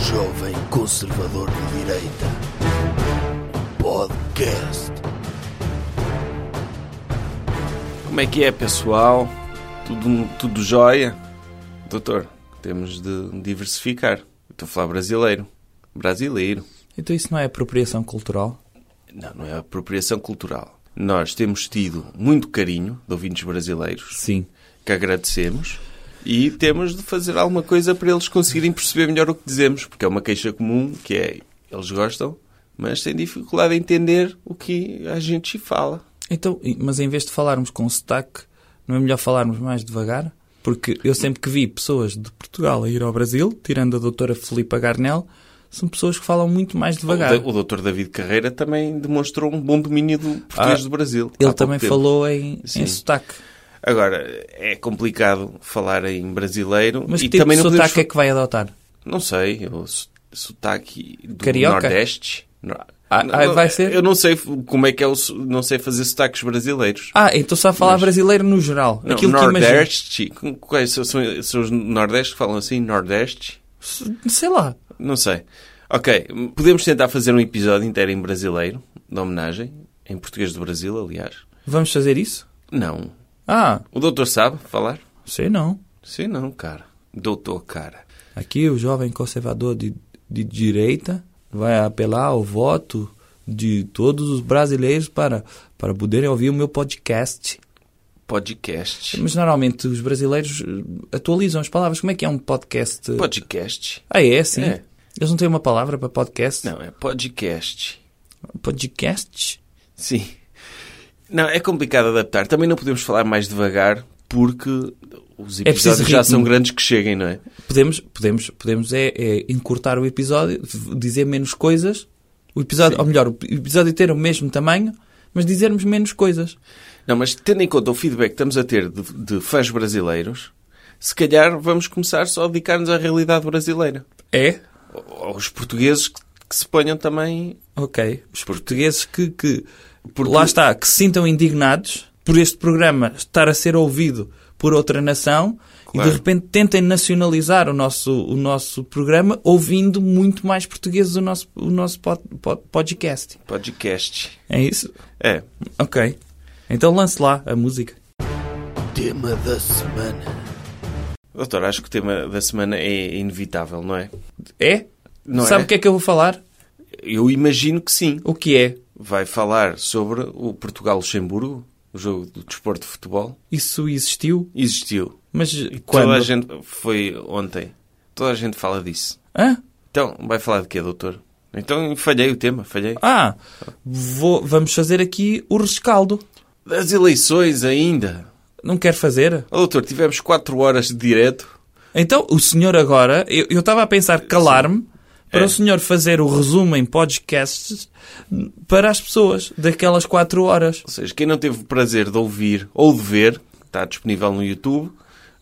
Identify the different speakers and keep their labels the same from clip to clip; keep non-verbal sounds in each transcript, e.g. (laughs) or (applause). Speaker 1: Jovem Conservador de Direita. Podcast.
Speaker 2: Como é que é, pessoal? Tudo, tudo jóia? Doutor, temos de diversificar. Estou a falar brasileiro. Brasileiro.
Speaker 3: Então isso não é apropriação cultural?
Speaker 2: Não, não é apropriação cultural. Nós temos tido muito carinho de ouvintes brasileiros,
Speaker 3: Sim.
Speaker 2: que agradecemos, e temos de fazer alguma coisa para eles conseguirem perceber melhor o que dizemos, porque é uma queixa comum que é eles gostam, mas têm dificuldade em entender o que a gente fala.
Speaker 3: Então, e- mas em vez de falarmos com sotaque, não é melhor falarmos mais devagar? Porque eu sempre que vi pessoas de Portugal a ir ao Brasil, tirando a doutora Filipa Garnel, são pessoas que falam muito mais devagar.
Speaker 2: O, da- o Dr. David Carreira também demonstrou um bom domínio do português
Speaker 3: Ah,
Speaker 2: do Brasil. há
Speaker 3: Ele
Speaker 2: pouco
Speaker 3: também
Speaker 2: tempo.
Speaker 3: falou em,
Speaker 2: Sim.
Speaker 3: em sotaque.
Speaker 2: Agora, é complicado falar em brasileiro.
Speaker 3: Mas
Speaker 2: e
Speaker 3: que tipo
Speaker 2: também
Speaker 3: de
Speaker 2: não
Speaker 3: sotaque
Speaker 2: podemos...
Speaker 3: é que vai adotar?
Speaker 2: Não sei, o so- sotaque do
Speaker 3: Carioca?
Speaker 2: Nordeste. No-
Speaker 3: Ah,
Speaker 2: Não,
Speaker 3: ah,
Speaker 2: não,
Speaker 3: vai ser?
Speaker 2: Eu não sei f- como é que é o... so- Não sei fazer sotaques brasileiros.
Speaker 3: Ah, então só a falar brasileiro no geral.
Speaker 2: Não,
Speaker 3: Aquilo que imagino.
Speaker 2: Nordeste. com- Quais são, são- são os Nordeste que falam assim? Nordeste?
Speaker 3: S- Sei lá.
Speaker 2: Não sei. Ok, podemos tentar fazer um episódio inteiro em brasileiro, de homenagem. Em português do Brasil, aliás.
Speaker 3: Vamos fazer isso?
Speaker 2: Não.
Speaker 3: Ah,
Speaker 2: O doutor sabe falar?
Speaker 3: sei não.
Speaker 2: Sim, não, cara. Doutor, cara.
Speaker 3: Aqui o jovem conservador de, de direita vai apelar ao voto de todos os brasileiros para, para poderem ouvir o meu podcast.
Speaker 2: Podcast.
Speaker 3: Mas normalmente os brasileiros eh, atualizam as palavras. Como é que é um podcast?
Speaker 2: Podcast?
Speaker 3: Ah, é, sim.
Speaker 2: É.
Speaker 3: Eles não têm uma palavra para podcast?
Speaker 2: Não, é podcast.
Speaker 3: Podcast?
Speaker 2: Sim. Não, é complicado adaptar. Também não podemos falar mais devagar porque os
Speaker 3: É preciso
Speaker 2: episódios já
Speaker 3: ritmo.
Speaker 2: são grandes que cheguem, não é?
Speaker 3: Podemos, podemos, podemos é, é encurtar o episódio, f- dizer menos coisas. O episódio, ou melhor, o episódio ter o mesmo tamanho, mas dizermos menos coisas.
Speaker 2: Não, mas tendo em conta o feedback que estamos a ter de, de fãs brasileiros, se calhar vamos começar só a dedicar-nos à realidade brasileira.
Speaker 3: É?
Speaker 2: Ou- ou Aos portugueses que, que se ponham também
Speaker 3: Ok. Os portugueses que, que
Speaker 2: Porque-
Speaker 3: lá está, que se sintam indignados por este programa estar a ser ouvido por outra nação
Speaker 2: Claro.
Speaker 3: e de repente tentem nacionalizar o nosso, o nosso programa ouvindo muito mais portugueses o nosso, o nosso pod- pod- podcast.
Speaker 2: podcast.
Speaker 3: É isso?
Speaker 2: É,
Speaker 3: Ok. Então lance lá a música.
Speaker 1: Tema da semana.
Speaker 2: doutor, acho que o tema da semana é inevitável, não é?
Speaker 3: É?
Speaker 2: Não
Speaker 3: Sabe
Speaker 2: é?
Speaker 3: o que é que eu vou falar?
Speaker 2: Eu imagino que sim.
Speaker 3: O que é?
Speaker 2: Vai falar sobre o Portugal-Luxemburgo, o jogo do desporto de futebol.
Speaker 3: Isso existiu,
Speaker 2: Existiu.
Speaker 3: mas
Speaker 2: Toda a
Speaker 3: quando?
Speaker 2: gente... Foi ontem. Toda a gente fala disso.
Speaker 3: Hã?
Speaker 2: Então, vai falar de quê, doutor? Então, falhei o tema, falhei.
Speaker 3: Ah, vou- vamos fazer aqui o rescaldo.
Speaker 2: Das eleições ainda.
Speaker 3: Não quer fazer?
Speaker 2: Ó, doutor, tivemos 4 horas de direto.
Speaker 3: Então, o senhor agora, eu eu estava a pensar calar-me para
Speaker 2: É.
Speaker 3: o senhor fazer o resumo em podcasts para as pessoas daquelas quatro horas.
Speaker 2: Ou seja, quem não teve o prazer de ouvir ou de ver, está disponível no YouTube.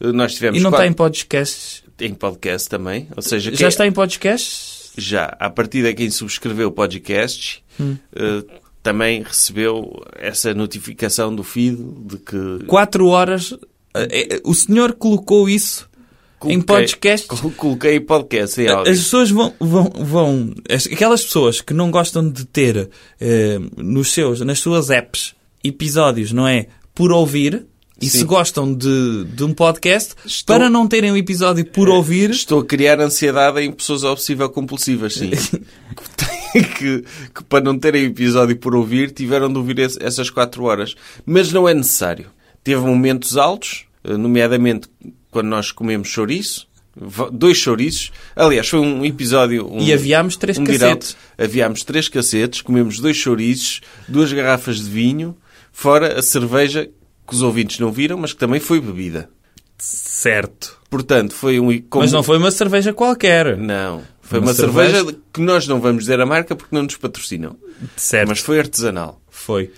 Speaker 2: Eh, Nós tivemos
Speaker 3: E não está
Speaker 2: quatro... é-
Speaker 3: em podcasts.
Speaker 2: em... podcast também. Ou seja,
Speaker 3: Já
Speaker 2: quem-
Speaker 3: está em podcasts?
Speaker 2: já, a partir de quem subscreveu o podcast,
Speaker 3: Hum.
Speaker 2: eh, também recebeu essa notificação do feed de que...
Speaker 3: Quatro horas. eh, eh, O senhor colocou isso em podcast. Eh,
Speaker 2: col- (laughs) Coloquei podcast em áudio.
Speaker 3: As pessoas vão, vão, vão as- aquelas pessoas que não gostam de ter eh, nos seus, nas suas apps episódios, não é? Por ouvir. E
Speaker 2: Sim.
Speaker 3: se gostam de, de um podcast,
Speaker 2: Estou- É,
Speaker 3: para não terem o episódio por ouvir,
Speaker 2: Estou a criar ansiedade em pessoas obsessivo-compulsivas,
Speaker 3: (laughs)
Speaker 2: sim. que, que- que para não terem episódio por ouvir, tiveram de ouvir esse- essas quatro horas. Mas não é necessário. Teve momentos altos, eh, nomeadamente quando nós comemos chouriço. va- Dois chouriços. Aliás, foi um episódio... um-
Speaker 3: E aviámos três cacetes.
Speaker 2: direct. Aviámos três cacetes, comemos dois chouriços, duas garrafas de vinho, fora a cerveja que os ouvintes não viram, mas que também foi bebida.
Speaker 3: Certo.
Speaker 2: Portanto, foi um... como-
Speaker 3: Mas não foi uma cerveja qualquer.
Speaker 2: Não. Foi uma,
Speaker 3: Uma
Speaker 2: cerveja...
Speaker 3: cerveja?
Speaker 2: que nós não vamos dizer a marca porque não nos patrocinam.
Speaker 3: Certo.
Speaker 2: Mas foi artesanal.
Speaker 3: Foi.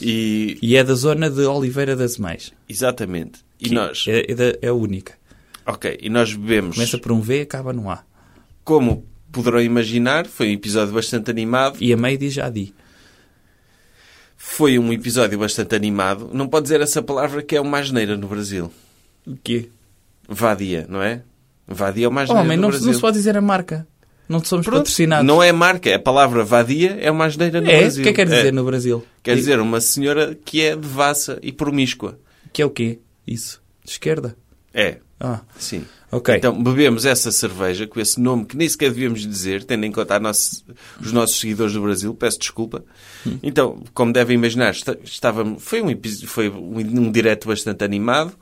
Speaker 2: E.
Speaker 3: E é da zona de Oliveira das Mais.
Speaker 2: Exatamente. E
Speaker 3: Que
Speaker 2: nós.
Speaker 3: É, é, da- é a única.
Speaker 2: Ok. E nós bebemos.
Speaker 3: Começa por um V e acaba num A.
Speaker 2: Como poderão imaginar, foi um episódio bastante animado.
Speaker 3: E a meio diz já di.
Speaker 2: Foi um episódio bastante animado. Não pode dizer essa palavra que é uma asneira no Brasil.
Speaker 3: O quê?
Speaker 2: Vadia, não é? Vadia é uma asneira
Speaker 3: Oh, Homem,
Speaker 2: no
Speaker 3: não,
Speaker 2: é Brasil.
Speaker 3: não se pode dizer a marca. Não somos
Speaker 2: Pronto,
Speaker 3: patrocinados.
Speaker 2: Não é marca, a palavra vadia é uma asneira no
Speaker 3: é?
Speaker 2: Brasil.
Speaker 3: O que é que quer dizer
Speaker 2: É.
Speaker 3: no Brasil?
Speaker 2: Quer dizer, uma senhora que é devassa e promíscua.
Speaker 3: Que é o quê? Isso. De esquerda?
Speaker 2: É,
Speaker 3: Ah,
Speaker 2: sim.
Speaker 3: ok.
Speaker 2: Então bebemos essa cerveja com esse nome que nem sequer devíamos dizer, tendo em conta a nossa- os nossos seguidores do Brasil, peço desculpa. Então, como devem imaginar, esta- estávamos, foi, um, episo- foi um, um direto bastante animado,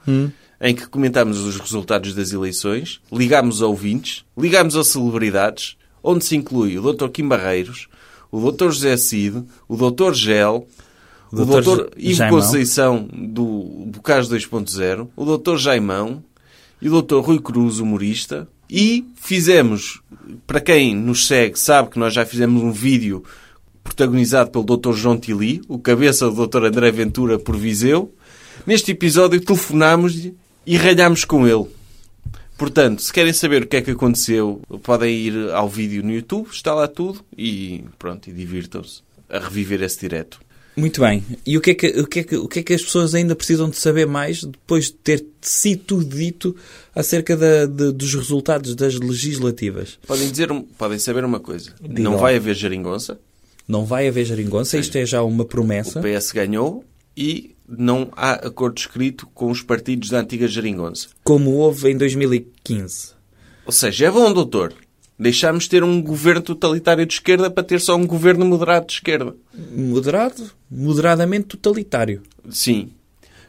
Speaker 2: em que comentámos os resultados das eleições, ligámos a ouvintes, ligámos a celebridades, onde se inclui o Dr. Kim Barreiros, o Dr. José Cid, o Dr. Gel, o
Speaker 3: Dr.
Speaker 2: Dr. Ivo
Speaker 3: Jaimão.
Speaker 2: Conceição do Bocage 2.0, o Dr. Jaimão e o Dr. Rui Cruz, humorista. E fizemos, para quem nos segue sabe que nós já fizemos um vídeo protagonizado pelo Dr. João Tili, o cabeça do Dr. André Ventura por Viseu. Neste episódio telefonámos e ralhámos com ele. Portanto, se querem saber o que é que aconteceu, podem ir ao vídeo no YouTube, está lá tudo e pronto, e divirtam-se a reviver esse direto.
Speaker 3: Muito bem. E o que, é que, o, que é que, o que é que as pessoas ainda precisam de saber mais depois de ter sido tudo dito acerca da- de- dos resultados das legislativas?
Speaker 2: Podem, dizer, um- podem saber uma coisa.
Speaker 3: Diga
Speaker 2: não
Speaker 3: lá.
Speaker 2: vai haver geringonça.
Speaker 3: Não vai haver geringonça, isto é já uma promessa.
Speaker 2: O PS ganhou e não há acordo escrito com os partidos da antiga geringonça.
Speaker 3: como houve em 2015.
Speaker 2: Ou seja, é bom, doutor. Deixámos de ter um governo totalitário de esquerda para ter só um governo moderado de esquerda.
Speaker 3: Moderado, moderadamente totalitário.
Speaker 2: Sim.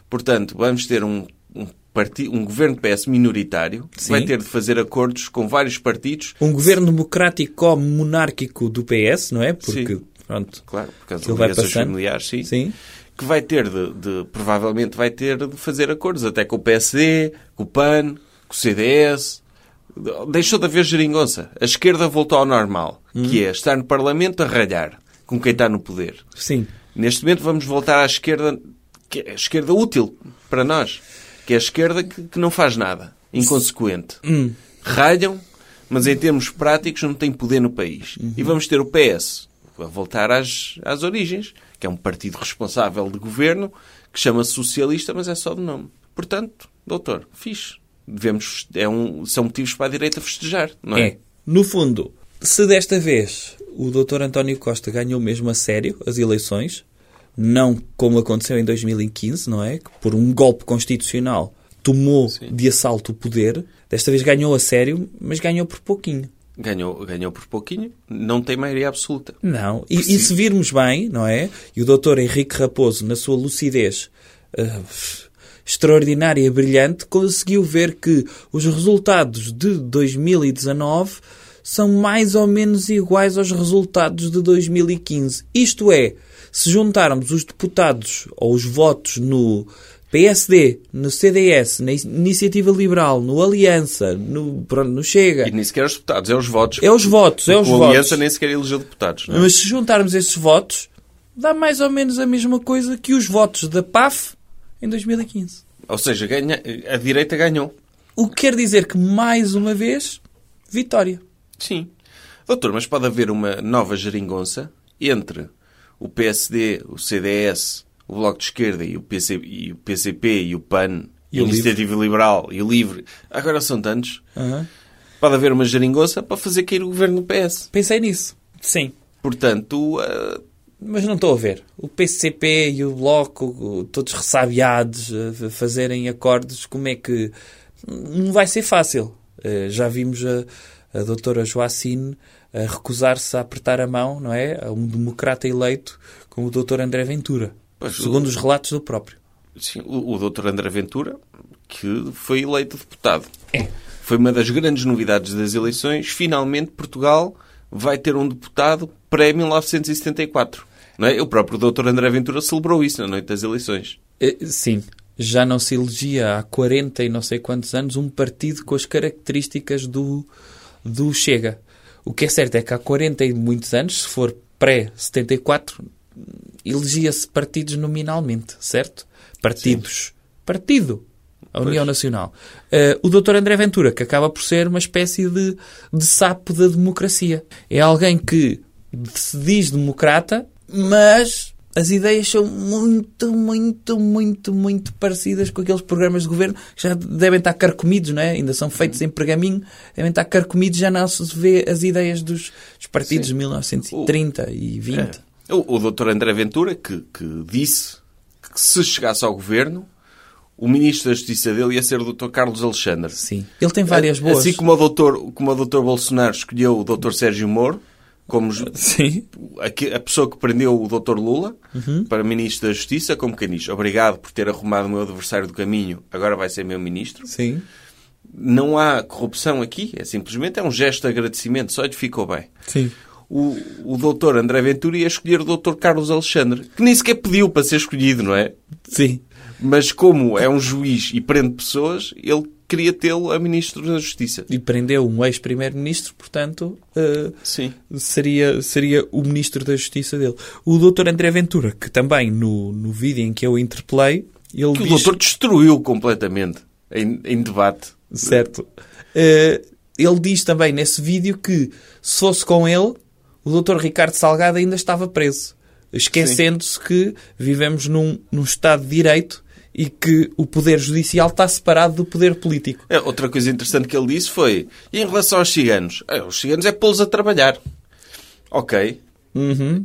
Speaker 2: Portanto, vamos ter um, um, parti- um governo PS minoritário que
Speaker 3: Sim.
Speaker 2: vai ter de fazer acordos com vários partidos.
Speaker 3: Um governo democrático-monárquico do PS, não é? Porque,
Speaker 2: Sim.
Speaker 3: pronto.
Speaker 2: Claro, por causa de
Speaker 3: Aquilo vai
Speaker 2: ligações
Speaker 3: passando.
Speaker 2: familiares, sim.
Speaker 3: Sim.
Speaker 2: que vai ter de, de- provavelmente vai ter de fazer acordos até com o PSD, com o PAN, com o CDS. Deixou de haver geringonça. A esquerda voltou ao normal,
Speaker 3: Uhum.
Speaker 2: que é estar no Parlamento a ralhar com quem está no poder.
Speaker 3: Sim.
Speaker 2: Neste momento vamos voltar à esquerda, que é a esquerda útil para nós, que é a esquerda que, que não faz nada, inconsequente. Ralham, mas em termos práticos não tem poder no país. E vamos ter o PS a voltar às, às origens, que é um partido responsável de governo, que chama-se socialista, mas é só de nome. Portanto, doutor, fixe. Devemos, é um, são motivos para a direita festejar, não é?
Speaker 3: É. No fundo, se desta vez o Dr. António Costa ganhou mesmo a sério as eleições, não como aconteceu em 2015, não é? Que por um golpe constitucional tomou de assalto o poder, desta vez ganhou a sério, mas ganhou por pouquinho.
Speaker 2: Ganhou, ganhou por pouquinho, não tem maioria absoluta.
Speaker 3: Não, e, e se virmos bem, não é? E o doutor Henrique Raposo, na sua lucidez ah, extraordinária e brilhante, conseguiu ver que os resultados de 2019 são mais ou menos iguais aos resultados de 2015. Isto é, se juntarmos os deputados ou os votos no PSD, no CDS, na Iniciativa Liberal, no Aliança, no, pronto, no Chega,
Speaker 2: E nem sequer os deputados, é os votos.
Speaker 3: é os votos, é os
Speaker 2: Porque o
Speaker 3: votos.
Speaker 2: Aliança nem sequer elegeu deputados. Não é?
Speaker 3: Mas se juntarmos esses votos, dá mais ou menos a mesma coisa que os votos da PAF em 2015.
Speaker 2: Ou seja, ganha- a direita ganhou.
Speaker 3: O que quer dizer que, mais uma vez, vitória.
Speaker 2: Sim. Doutor, mas pode haver uma nova geringonça entre o PSD, o CDS, o Bloco de Esquerda e o, PC e o PCP e o PAN,
Speaker 3: E
Speaker 2: a
Speaker 3: o Livre.
Speaker 2: Iniciativa Liberal e o Livre. Agora são tantos.
Speaker 3: Aham.
Speaker 2: Pode haver uma geringonça para fazer cair o governo do PS.
Speaker 3: Pensei nisso. Sim.
Speaker 2: Portanto, ah,
Speaker 3: Mas não estou a ver. O PCP e o Bloco, o- todos ressabiados, a fazerem acordos, como é que. Não vai ser fácil. Eh, Já vimos a, a doutora Joacine a recusar-se a apertar a mão, não é? A um democrata eleito como o doutor André Ventura.
Speaker 2: Pois,
Speaker 3: segundo os relatos do próprio.
Speaker 2: sim, o, o doutor André Ventura, que foi eleito deputado.
Speaker 3: É.
Speaker 2: Foi uma das grandes novidades das eleições. Finalmente, Portugal vai ter um deputado pré-1974. Não é? O próprio Dr. André Ventura celebrou isso na noite das eleições.
Speaker 3: Eh, Sim. Já não se elegia há 40 e não sei quantos anos um partido com as características do, do Chega. O que é certo é que há 40 e muitos anos, se for pré-74, elegia-se partidos nominalmente, certo? Partidos. Partido. A União Nacional. Eh, o Dr. André Ventura, que acaba por ser uma espécie de, de sapo da democracia. É alguém que se diz democrata, mas as ideias são muito, muito, muito, muito parecidas com aqueles programas de governo que já devem estar carcomidos, não é? Ainda são feitos em pergaminho, devem estar carcomidos, já não se vê as ideias dos, dos partidos de 1930 e 20.
Speaker 2: É. O, o doutor André Ventura, que, que disse que se chegasse ao governo, o ministro da Justiça dele ia ser o doutor Carlos Alexandre.
Speaker 3: Sim. Ele tem várias boas.
Speaker 2: Assim como o doutor, como o doutor Bolsonaro escolheu o doutor Sérgio Moro, como ju-
Speaker 3: (laughs) Sim.
Speaker 2: a, que- a pessoa que prendeu o doutor Lula para ministro da Justiça, como quem diz, obrigado por ter arrumado o meu adversário do caminho, agora vai ser meu ministro.
Speaker 3: Sim.
Speaker 2: Não há corrupção aqui, é simplesmente é um gesto de agradecimento, só lhe ficou bem.
Speaker 3: Sim.
Speaker 2: O, o doutor André Ventura ia escolher o doutor Carlos Alexandre, que nem sequer pediu para ser escolhido, não é?
Speaker 3: Sim.
Speaker 2: Mas como é um juiz e prende pessoas, ele queria tê-lo a ministro da Justiça.
Speaker 3: E prendeu um ex-primeiro-ministro, portanto, eh,
Speaker 2: Sim.
Speaker 3: seria, seria o ministro da Justiça dele. O doutor André Ventura, que também no, no vídeo em que eu interpelei, ele
Speaker 2: Que o
Speaker 3: diz...
Speaker 2: doutor destruiu completamente em, em debate.
Speaker 3: Certo. Eh, ele diz também nesse vídeo que se fosse com ele, o Dr. Ricardo Salgado ainda estava preso. Esquecendo-se que vivemos num, num Estado de Direito e que o poder judicial está separado do poder político.
Speaker 2: É, outra coisa interessante que ele disse foi: e em relação aos ciganos? É, os ciganos é pô-los a trabalhar. Ok.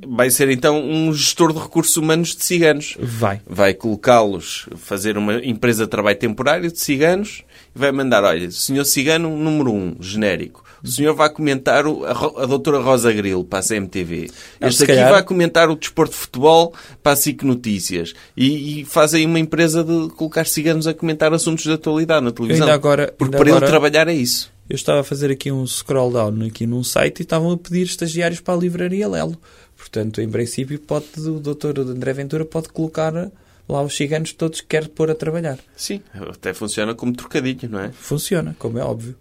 Speaker 2: Vai ser então um gestor de recursos humanos de ciganos.
Speaker 3: Vai.
Speaker 2: Vai colocá-los, fazer uma empresa de trabalho temporário de ciganos e vai mandar: olha, senhor cigano número um, genérico. O senhor vai comentar o- a, Ro- a doutora Rosa Grilo para a CMTV.
Speaker 3: Ah,
Speaker 2: Este
Speaker 3: se
Speaker 2: aqui
Speaker 3: calhar-
Speaker 2: vai comentar o desporto de futebol para a SIC Notícias. E, e faz aí uma empresa de colocar ciganos a comentar assuntos de atualidade na televisão.
Speaker 3: Ainda agora-
Speaker 2: Porque
Speaker 3: ainda
Speaker 2: para
Speaker 3: agora-
Speaker 2: ele trabalhar é isso.
Speaker 3: Eu estava a fazer aqui um scroll down aqui num site e estavam a pedir estagiários para a livraria Lelo. Portanto, em princípio, pode, o Dr. André Ventura pode colocar lá os ciganos todos que quer pôr a trabalhar.
Speaker 2: Sim, até funciona como trocadilho, não é?
Speaker 3: Funciona, como é óbvio.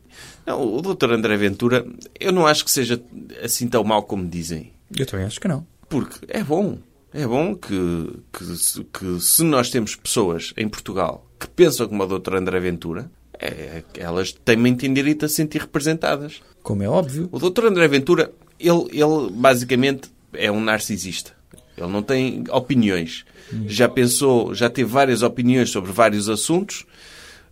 Speaker 2: Não, o doutor André Ventura, eu não acho que seja assim tão mau como dizem.
Speaker 3: Eu também acho que não.
Speaker 2: Porque é bom. É bom que, que, se- que se nós temos pessoas em Portugal que pensam como a doutora André Ventura, é- elas também têm direito a se sentir representadas.
Speaker 3: Como é óbvio.
Speaker 2: O doutor André Ventura, ele, ele basicamente é um narcisista. Ele não tem opiniões. Já pensou, já teve várias opiniões sobre vários assuntos.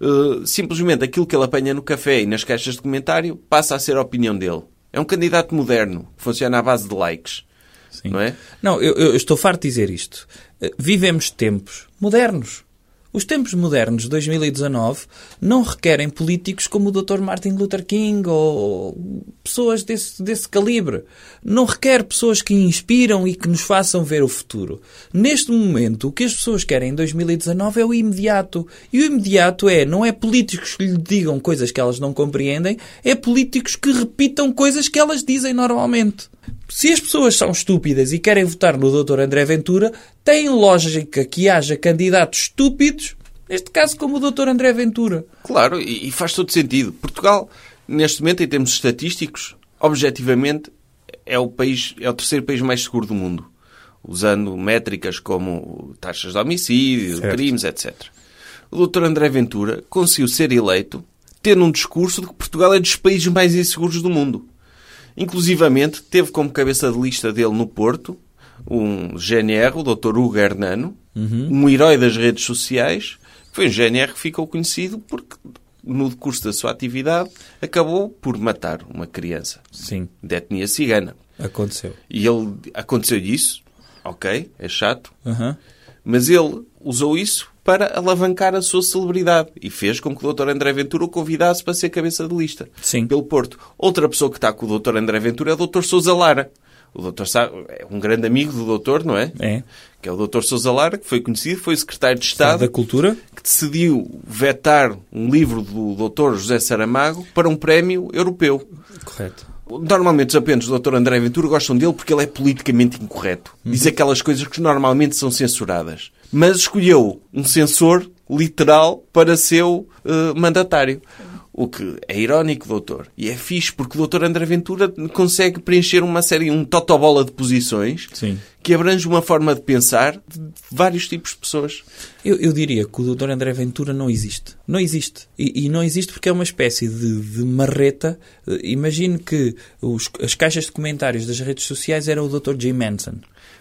Speaker 2: Uh, simplesmente aquilo que ele apanha no café e nas caixas de comentário passa a ser a opinião dele. É um candidato moderno, que funciona à base de likes.
Speaker 3: Sim.
Speaker 2: Não é?
Speaker 3: Não, eu, eu estou farto de dizer isto. Eh, Vivemos tempos modernos. Os tempos modernos de 2019 não requerem políticos como o Dr. Martin Luther King ou pessoas desse, desse calibre. Não requer pessoas que inspiram e que nos façam ver o futuro. Neste momento, o que as pessoas querem em 2019 é o imediato. E o imediato é, não é políticos que lhe digam coisas que elas não compreendem, é políticos que repitam coisas que elas dizem normalmente. Se as pessoas são estúpidas e querem votar no Dr. André Ventura, tem lógica que haja candidatos estúpidos, neste caso como o Dr. André Ventura.
Speaker 2: Claro, e, e faz todo sentido. Portugal, neste momento, em termos estatísticos, objetivamente, é o, país, é o terceiro país mais seguro do mundo. Usando métricas como taxas de homicídio, crimes, etc. O Dr. André Ventura conseguiu ser eleito tendo um discurso de que Portugal é dos países mais inseguros do mundo. Inclusivamente, teve como cabeça de lista dele no Porto um GNR, o Dr. Hugo Hernano, um herói das redes sociais. Foi um GNR que ficou conhecido porque, no decurso da sua atividade, acabou por matar uma criança
Speaker 3: Sim,
Speaker 2: de etnia cigana.
Speaker 3: aconteceu.
Speaker 2: E ele aconteceu isso, ok, é chato, mas ele usou isso para alavancar a sua celebridade e fez com que o Dr. André Ventura o convidasse para ser cabeça de lista
Speaker 3: Sim.
Speaker 2: pelo Porto. Outra pessoa que está com o Dr. André Ventura é o Dr. Sousa Lara. O Dr. Sa- é um grande amigo do Dr, não é?
Speaker 3: É.
Speaker 2: Que é o Dr. Sousa Lara, que foi conhecido, foi secretário de Estado,
Speaker 3: Da cultura?
Speaker 2: que decidiu vetar um livro do Dr. José Saramago para um prémio europeu.
Speaker 3: Correto.
Speaker 2: Normalmente os apenas do Dr. André Ventura gostam dele porque ele é politicamente incorreto. Diz aquelas coisas que normalmente são censuradas. Mas escolheu um censor literal para seu eh, mandatário. O que é irónico, doutor. E é fixe, porque o doutor André Ventura consegue preencher uma série, um totobola de posições
Speaker 3: Sim.
Speaker 2: que abrange uma forma de pensar de vários tipos de pessoas.
Speaker 3: Eu, eu diria que o Dr. André Ventura não existe. Não existe. E, e não existe porque é uma espécie de, de marreta. Eh, Imagino que os- as caixas de comentários das redes sociais era o Dr. Jim Manson.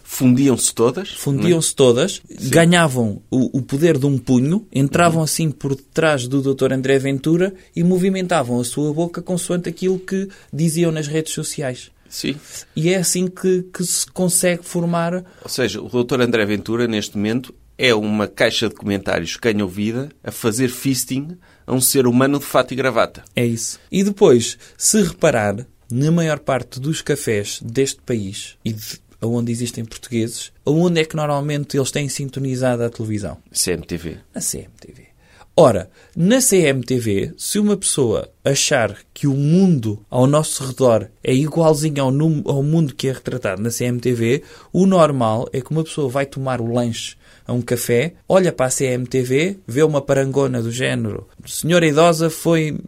Speaker 2: fundiam-se todas.
Speaker 3: Fundiam-se todas, ganhavam o, o poder de um punho, entravam assim por detrás do Dr. André Ventura e movimentavam a sua boca consoante aquilo que diziam nas redes sociais.
Speaker 2: Sim.
Speaker 3: E é assim que, que se consegue formar.
Speaker 2: Ou seja, o Dr. André Ventura, neste momento, é uma caixa de comentários canha ouvida a fazer fisting a um ser humano de fato e gravata.
Speaker 3: É isso. E depois, se reparar, na maior parte dos cafés deste país e de onde existem portugueses, onde é que normalmente eles têm sintonizado a televisão?
Speaker 2: CMTV.
Speaker 3: Na CMTV. Ora, na CMTV, se uma pessoa achar que o mundo ao nosso redor é igualzinho ao, num- ao mundo que é retratado na CMTV, o normal é que uma pessoa vai tomar o lanche a um café, olha para a CMTV, vê uma parangona do género senhora idosa foi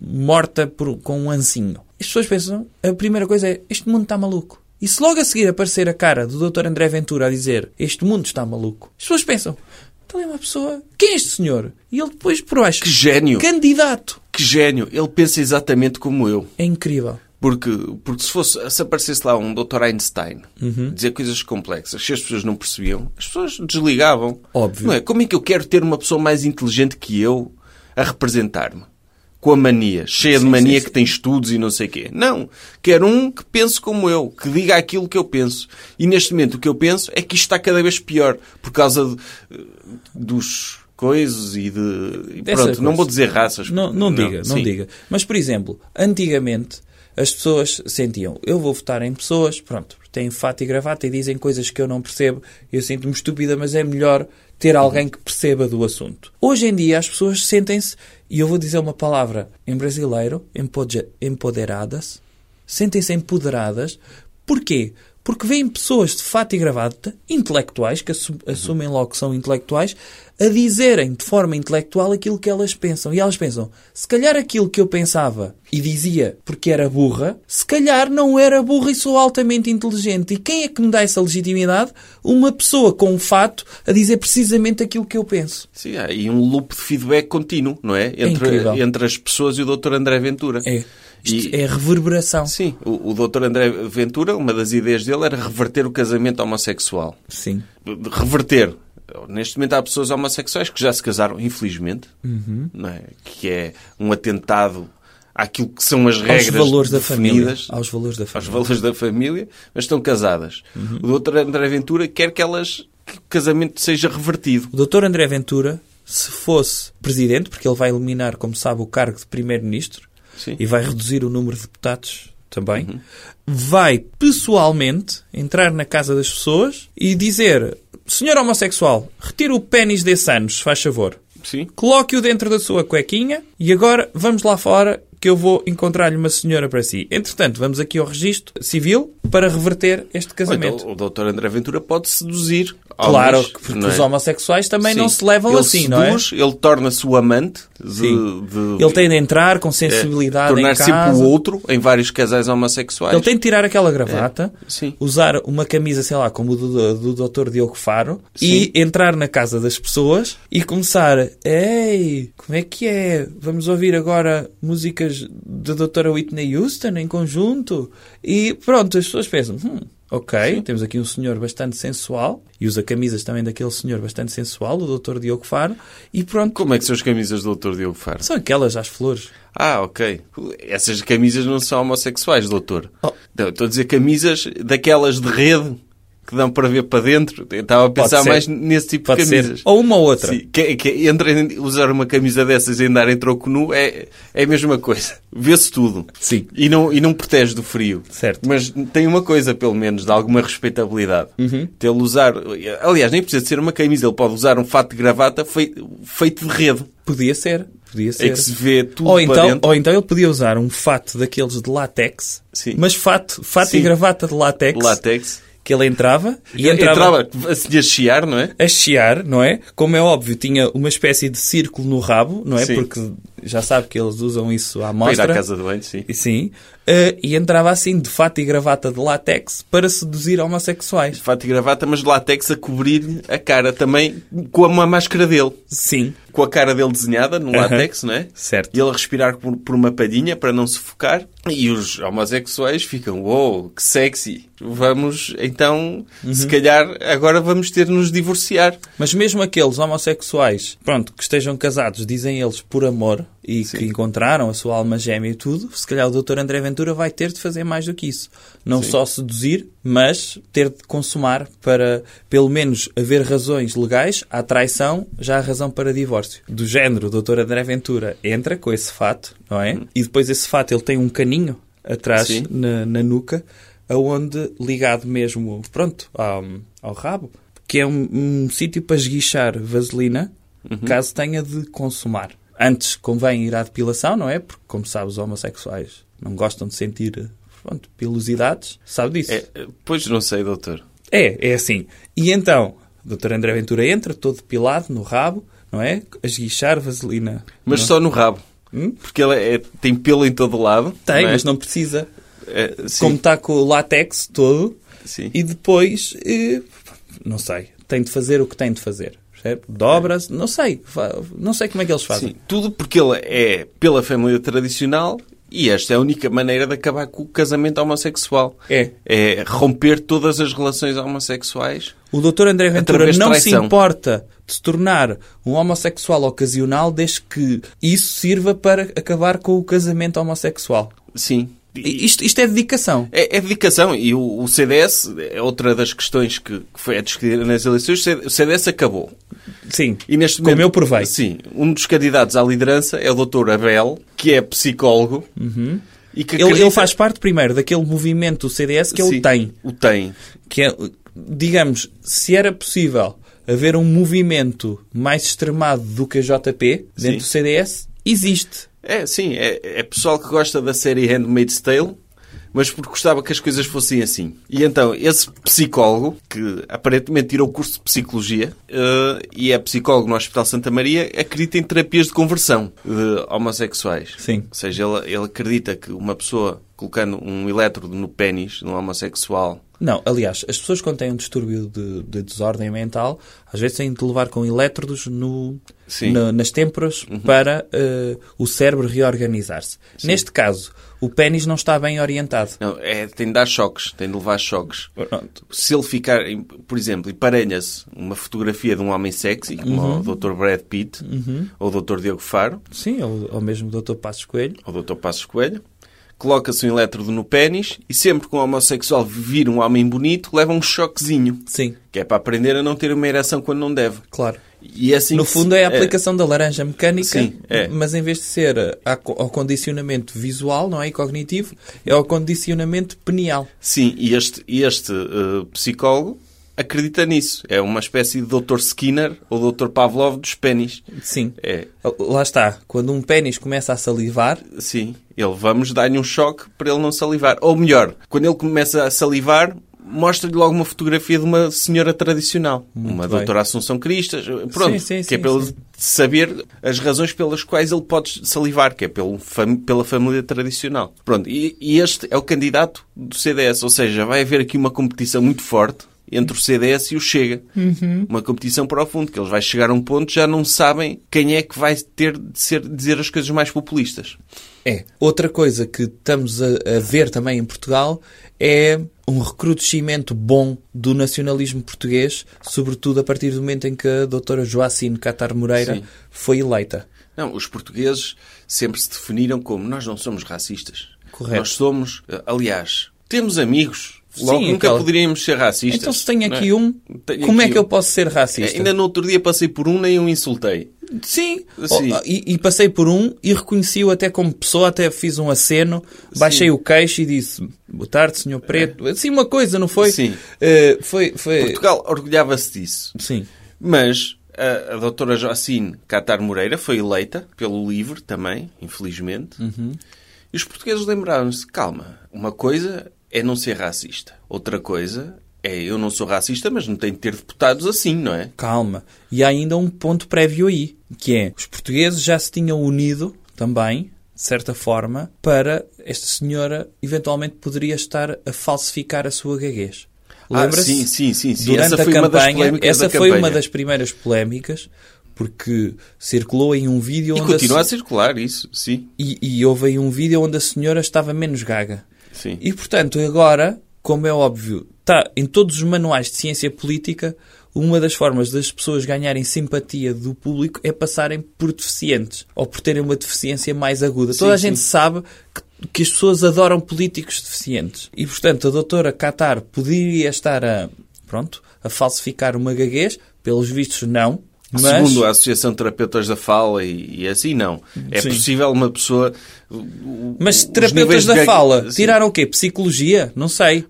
Speaker 3: morta por- com um ancinho. As pessoas pensam, a primeira coisa é, este mundo está maluco. E se logo a seguir aparecer a cara do Dr. André Ventura a dizer, este mundo está maluco, as pessoas pensam, então é uma pessoa, quem é este senhor? E ele depois por baixo,
Speaker 2: Que gênio!
Speaker 3: candidato.
Speaker 2: Que gênio! Ele pensa exatamente como eu.
Speaker 3: É incrível.
Speaker 2: Porque, porque se, fosse, se aparecesse lá um Dr. Einstein
Speaker 3: Uhum.
Speaker 2: dizer coisas complexas que as pessoas não percebiam, as pessoas desligavam.
Speaker 3: Óbvio.
Speaker 2: Não é? Como é que eu quero ter uma pessoa mais inteligente que eu a representar-me? Com a mania, cheia de
Speaker 3: Sim,
Speaker 2: mania
Speaker 3: sim,
Speaker 2: que tem estudos e não sei quê. Não. Quero um que pense como eu, que diga aquilo que eu penso. E neste momento o que eu penso é que isto está cada vez pior por causa de- dos coisas e de. e
Speaker 3: Dessas
Speaker 2: pronto, não
Speaker 3: coisas.
Speaker 2: vou dizer raças.
Speaker 3: Não, não diga, não,
Speaker 2: sim.
Speaker 3: diga. Mas, por exemplo, antigamente as pessoas sentiam, eu vou votar em pessoas, pronto, têm fato e gravata e dizem coisas que eu não percebo, eu sinto-me estúpida, mas é melhor ter alguém que perceba do assunto. Hoje em dia as pessoas sentem-se, e eu vou dizer uma palavra em brasileiro, empoja- empoderadas, sentem-se empoderadas. Porquê? Porque veem pessoas de fato e gravata, intelectuais, que assu-
Speaker 2: Uhum.
Speaker 3: assumem logo que são intelectuais, a dizerem de forma intelectual aquilo que elas pensam. E elas pensam, se calhar aquilo que eu pensava e dizia porque era burra, se calhar não era burra e sou altamente inteligente. E quem é que me dá essa legitimidade? Uma pessoa com um fato a dizer precisamente aquilo que eu penso.
Speaker 2: Sim, há aí um loop de feedback contínuo, não é? Entre,
Speaker 3: incrível.
Speaker 2: entre as pessoas e o Dr. André Ventura.
Speaker 3: É.
Speaker 2: E-
Speaker 3: Isto é reverberação.
Speaker 2: Sim, o, o Dr. André Ventura, uma das ideias dele era reverter o casamento homossexual.
Speaker 3: Sim.
Speaker 2: De- de Reverter. Neste momento há pessoas homossexuais que já se casaram, infelizmente,
Speaker 3: Uhum.
Speaker 2: não é? que é um atentado àquilo que são as
Speaker 3: Aos
Speaker 2: regras
Speaker 3: valores da família.
Speaker 2: definidas,
Speaker 3: Aos valores da
Speaker 2: aos
Speaker 3: família.
Speaker 2: valores da família, mas estão casadas.
Speaker 3: Uhum.
Speaker 2: O Dr. André Ventura quer que elas que o casamento seja revertido.
Speaker 3: O Dr. André Ventura, se fosse presidente, porque ele vai eliminar, como sabe, o cargo de primeiro-ministro
Speaker 2: Sim. Uhum.
Speaker 3: e vai reduzir o número de deputados também, vai pessoalmente entrar na casa das pessoas e dizer: Senhor homossexual, retira o pênis desse anos, se faz favor.
Speaker 2: Sim.
Speaker 3: Coloque-o dentro da sua cuequinha e agora vamos lá fora que eu vou encontrar-lhe uma senhora para si. Entretanto, vamos aqui ao registro civil para reverter este
Speaker 2: Ou
Speaker 3: casamento.
Speaker 2: então, o doutor André Ventura pode seduzir.
Speaker 3: Claro,
Speaker 2: homens,
Speaker 3: que porque
Speaker 2: não é?
Speaker 3: os homossexuais também
Speaker 2: Sim.
Speaker 3: não se levam
Speaker 2: ele
Speaker 3: assim,
Speaker 2: seduz,
Speaker 3: não é?
Speaker 2: Ele torna-se o amante. De,
Speaker 3: Sim.
Speaker 2: de-
Speaker 3: Ele tem de entrar com
Speaker 2: é,
Speaker 3: sensibilidade em
Speaker 2: Tornar-se sempre
Speaker 3: casa.
Speaker 2: o outro em vários casais homossexuais.
Speaker 3: Ele tem de tirar aquela gravata,
Speaker 2: É, sim.
Speaker 3: usar uma camisa, sei lá, como do, do Dr. Diogo Faro,
Speaker 2: Sim.
Speaker 3: e entrar na casa das pessoas e começar. Ei, como é que é? Vamos ouvir agora músicas da Dra. Whitney Houston em conjunto? E pronto, as pessoas pensam. "Hum, Ok, temos aqui um senhor bastante sensual e usa camisas também daquele senhor bastante sensual, o Dr. Diogo Faro, e pronto,
Speaker 2: Como é que são as camisas do doutor Diogo Faro?
Speaker 3: são aquelas às flores.
Speaker 2: Ah, ok. Essas camisas não são homossexuais, doutor.
Speaker 3: Oh.
Speaker 2: Não, Estou a dizer camisas daquelas de rede que dão para ver para dentro. Eu estava a pensar
Speaker 3: ser.
Speaker 2: mais nesse tipo
Speaker 3: Pode
Speaker 2: de
Speaker 3: ser.
Speaker 2: camisas.
Speaker 3: Ou uma ou outra.
Speaker 2: Sim, que, que entre em- usar uma camisa dessas e andar em troco nu é, é a mesma coisa. (laughs) Vê-se tudo.
Speaker 3: Sim.
Speaker 2: E não, e não protege do frio.
Speaker 3: Certo.
Speaker 2: Mas tem uma coisa, pelo menos, de alguma respeitabilidade.
Speaker 3: Uhum.
Speaker 2: Ele usar... Aliás, nem precisa de ser uma camisa. Ele pode usar um fato de gravata fei- feito de rede.
Speaker 3: Podia ser, podia ser.
Speaker 2: É que se vê tudo
Speaker 3: ou,
Speaker 2: para
Speaker 3: então,
Speaker 2: dentro.
Speaker 3: ou então ele podia usar um fato daqueles de látex,
Speaker 2: Sim.
Speaker 3: mas fato, fato e
Speaker 2: Sim.
Speaker 3: gravata de látex,
Speaker 2: Látex.
Speaker 3: que ele entrava e
Speaker 2: Ele
Speaker 3: entrava,
Speaker 2: entrava assim a chiar, não é?
Speaker 3: a chiar, não é? Como é óbvio, tinha uma espécie de círculo no rabo, não é?
Speaker 2: Sim.
Speaker 3: Porque já sabe que eles usam isso à
Speaker 2: Para ir
Speaker 3: mostra.
Speaker 2: à casa de banho, sim.
Speaker 3: Sim. Eh, e entrava assim de fato e gravata de látex para seduzir homossexuais.
Speaker 2: Fato e gravata, mas látex a cobrir a cara também com uma máscara dele.
Speaker 3: Sim.
Speaker 2: com a cara dele desenhada no látex, não é?
Speaker 3: Certo.
Speaker 2: E ele a respirar por, por uma palhinha para não sufocar. E os homossexuais ficam, uou, que sexy. Vamos, então,
Speaker 3: Uhum.
Speaker 2: se calhar agora vamos ter de nos divorciar.
Speaker 3: Mas mesmo aqueles homossexuais, pronto, que estejam casados, dizem eles por amor e que encontraram a sua alma gêmea e tudo, se calhar o Dr. André Ventura vai ter de fazer mais do que isso. Não só seduzir, mas ter de consumar para, pelo menos, haver razões legais à traição, já há razão para divórcio. Do género, o Dr. André Ventura entra com esse fato, não é? E depois esse fato ele tem um caninho atrás
Speaker 2: Sim.
Speaker 3: na, na nuca, aonde ligado mesmo, pronto, ao, ao rabo, que é um, um sítio para esguichar vaselina, caso tenha de consumar. Antes convém ir à depilação, não é? Porque, como sabes, os homossexuais não gostam de sentir, pronto, pilosidades. Sabe disso?
Speaker 2: É, pois não sei, doutor.
Speaker 3: É, é assim. E então, o Dr. André Ventura entra, todo depilado, no rabo, não é? A esguichar vaselina.
Speaker 2: Mas
Speaker 3: Não-
Speaker 2: só no rabo.
Speaker 3: Hum?
Speaker 2: Porque ele é- tem pelo em todo lado.
Speaker 3: Tem,
Speaker 2: é?
Speaker 3: mas não precisa.
Speaker 2: É, sim,
Speaker 3: Como está com o látex todo,
Speaker 2: sim.
Speaker 3: E depois, eh, não sei, tem de fazer o que tem de fazer. percebe? Dobra-se, não sei, fa- não sei como é que eles fazem.
Speaker 2: É. Sim, tudo porque ele é pela família tradicional e esta é a única maneira de acabar com o casamento homossexual.
Speaker 3: É.
Speaker 2: É romper todas as relações homossexuais.
Speaker 3: O Dr. André Ventura
Speaker 2: Através de
Speaker 3: não se
Speaker 2: traição.
Speaker 3: importa de se tornar um homossexual ocasional desde que isso sirva para acabar com o casamento homossexual.
Speaker 2: Sim.
Speaker 3: I- Isto, isto é dedicação.
Speaker 2: É, é dedicação. E o, o CDS é outra das questões que, que foi a discutir nas eleições. O CDS acabou.
Speaker 3: Sim,
Speaker 2: E neste
Speaker 3: como
Speaker 2: momento,
Speaker 3: eu provei.
Speaker 2: Sim. Um dos candidatos à liderança é o Dr. Abel, que é psicólogo. E que
Speaker 3: Uhum. Ele, ele
Speaker 2: acredita-
Speaker 3: faz parte, primeiro, daquele movimento do CDS que ele
Speaker 2: Sim,
Speaker 3: tem.
Speaker 2: O tem.
Speaker 3: que é, digamos, se era possível haver um movimento mais extremado do que a JP dentro
Speaker 2: Sim.
Speaker 3: do CDS, existe.
Speaker 2: É, sim, é, é pessoal que gosta da série Handmaid's Tale, mas porque gostava que as coisas fossem assim. E então, esse psicólogo, que aparentemente tirou o curso de Psicologia eh, e é psicólogo no Hospital Santa Maria, acredita em terapias de conversão de homossexuais.
Speaker 3: Sim.
Speaker 2: Ou seja, ele, ele acredita que uma pessoa colocando um elétrodo no pênis, num homossexual,
Speaker 3: Não, aliás, as pessoas quando têm um distúrbio de, de desordem mental, às vezes têm de levar com elétrodos no,
Speaker 2: Sim. Uhum.
Speaker 3: na- nas têmporas para eh, o cérebro reorganizar-se. Neste caso, o pênis não está bem orientado.
Speaker 2: não, é, tem de dar choques, tem de levar choques.
Speaker 3: Pronto.
Speaker 2: se ele ficar, em- por exemplo, e parelha-se uma fotografia de um homem sexy, como
Speaker 3: Uhum.
Speaker 2: o Dr. Brad Pitt, ou o Dr. Diogo Faro,
Speaker 3: Sim, ou, ou mesmo o Dr. Passos Coelho.
Speaker 2: ou o Dr. Passos Coelho, coloca-se um elétrodo no pênis e sempre que um homossexual vir um homem bonito, leva um choquezinho,
Speaker 3: Sim,
Speaker 2: que é para aprender a não ter uma ereção quando não deve.
Speaker 3: claro.
Speaker 2: E é assim
Speaker 3: No
Speaker 2: que se-
Speaker 3: fundo é a aplicação da laranja mecânica,
Speaker 2: Sim, é.
Speaker 3: mas em vez de ser a- ao condicionamento visual, não é? E cognitivo, é ao condicionamento penial.
Speaker 2: É, Sim, e este, e este eh, psicólogo acredita nisso. É uma espécie de Dr. Skinner ou Dr. Pavlov dos pênis.
Speaker 3: Sim.
Speaker 2: É,
Speaker 3: Lá está. Quando um pênis começa a salivar,
Speaker 2: Sim, ele vamos dar-lhe um choque para ele não salivar. Ou melhor, quando ele começa a salivar, mostra-lhe logo uma fotografia de uma senhora tradicional. uma
Speaker 3: bem.
Speaker 2: doutora Assunção Cristas. Pronto,
Speaker 3: Sim, sim,
Speaker 2: que é
Speaker 3: sim,
Speaker 2: para
Speaker 3: sim.
Speaker 2: ele saber as razões pelas quais ele pode salivar, que é pelo fam- pela família tradicional. Pronto, e, e este é o candidato do CDS, ou seja, vai haver aqui uma competição muito forte entre o CDS e o Chega.
Speaker 3: Uhum.
Speaker 2: Uma competição para o fundo, que eles vai chegar a um ponto que já não sabem quem é que vai ter de ser, dizer as coisas mais populistas.
Speaker 3: é. Outra coisa que estamos a, a ver também em Portugal é um recrudescimento bom do nacionalismo português, sobretudo a partir do momento em que a doutora Joacine Catar Moreira
Speaker 2: Sim.
Speaker 3: foi eleita.
Speaker 2: Não, os portugueses sempre se definiram como nós não somos racistas.
Speaker 3: Correto.
Speaker 2: Nós somos, eh, aliás, temos amigos. Logo,
Speaker 3: Sim,
Speaker 2: nunca
Speaker 3: aquela-
Speaker 2: poderíamos ser racistas.
Speaker 3: Então se tem
Speaker 2: não é?
Speaker 3: aqui um,
Speaker 2: Tenho
Speaker 3: como é
Speaker 2: aqui
Speaker 3: que
Speaker 2: um.
Speaker 3: eu posso ser racista?
Speaker 2: Ainda no outro dia passei por um nem o insultei.
Speaker 3: Sim,
Speaker 2: Sim.
Speaker 3: Oh, e, e passei por um e reconheci-o até como pessoa, até fiz um aceno, baixei o queixo e disse boa tarde, senhor preto. Assim uma coisa, não foi?
Speaker 2: É. Sim.
Speaker 3: Eh, foi, foi...
Speaker 2: Portugal orgulhava-se disso.
Speaker 3: Sim.
Speaker 2: Mas a, a doutora Jocine Catar Moreira foi eleita pelo LIVRE também, infelizmente.
Speaker 3: Uhum.
Speaker 2: E os portugueses lembraram-se, calma, uma coisa é não ser racista. Outra coisa é eu não sou racista, mas não tenho de ter deputados assim, não é?
Speaker 3: Calma. E há ainda um ponto prévio aí, que é os portugueses já se tinham unido também, de certa forma, para esta senhora eventualmente poderia estar a falsificar a sua gaguez.
Speaker 2: Ah,
Speaker 3: Lembra-se?
Speaker 2: sim, sim, sim, sim.
Speaker 3: Durante
Speaker 2: essa foi
Speaker 3: a
Speaker 2: uma das
Speaker 3: campanha,
Speaker 2: polémicas
Speaker 3: essa
Speaker 2: da
Speaker 3: foi uma
Speaker 2: campanha.
Speaker 3: das primeiras polémicas, Porque circulou aí um vídeo
Speaker 2: E
Speaker 3: onde a
Speaker 2: continua a
Speaker 3: se-
Speaker 2: circular isso, sim.
Speaker 3: e, e houve aí um vídeo onde a senhora estava menos gaga.
Speaker 2: Sim.
Speaker 3: E portanto, agora, como é óbvio, está em todos os manuais de ciência política, uma das formas das pessoas ganharem simpatia do público é passarem por deficientes ou por terem uma deficiência mais aguda. Toda a
Speaker 2: sim.
Speaker 3: gente sabe que, que as pessoas adoram políticos deficientes. E portanto, a doutora Qatar poderia estar a, pronto, a falsificar uma gaguez, pelos vistos não. Mas...
Speaker 2: Segundo a Associação de Terapeutas da Fala e, e assim, não. É
Speaker 3: Sim.
Speaker 2: possível uma pessoa... o-
Speaker 3: Mas
Speaker 2: os níveis
Speaker 3: terapeutas
Speaker 2: de
Speaker 3: da
Speaker 2: gague-
Speaker 3: fala
Speaker 2: Sim.
Speaker 3: tiraram o quê? Psicologia? Não sei.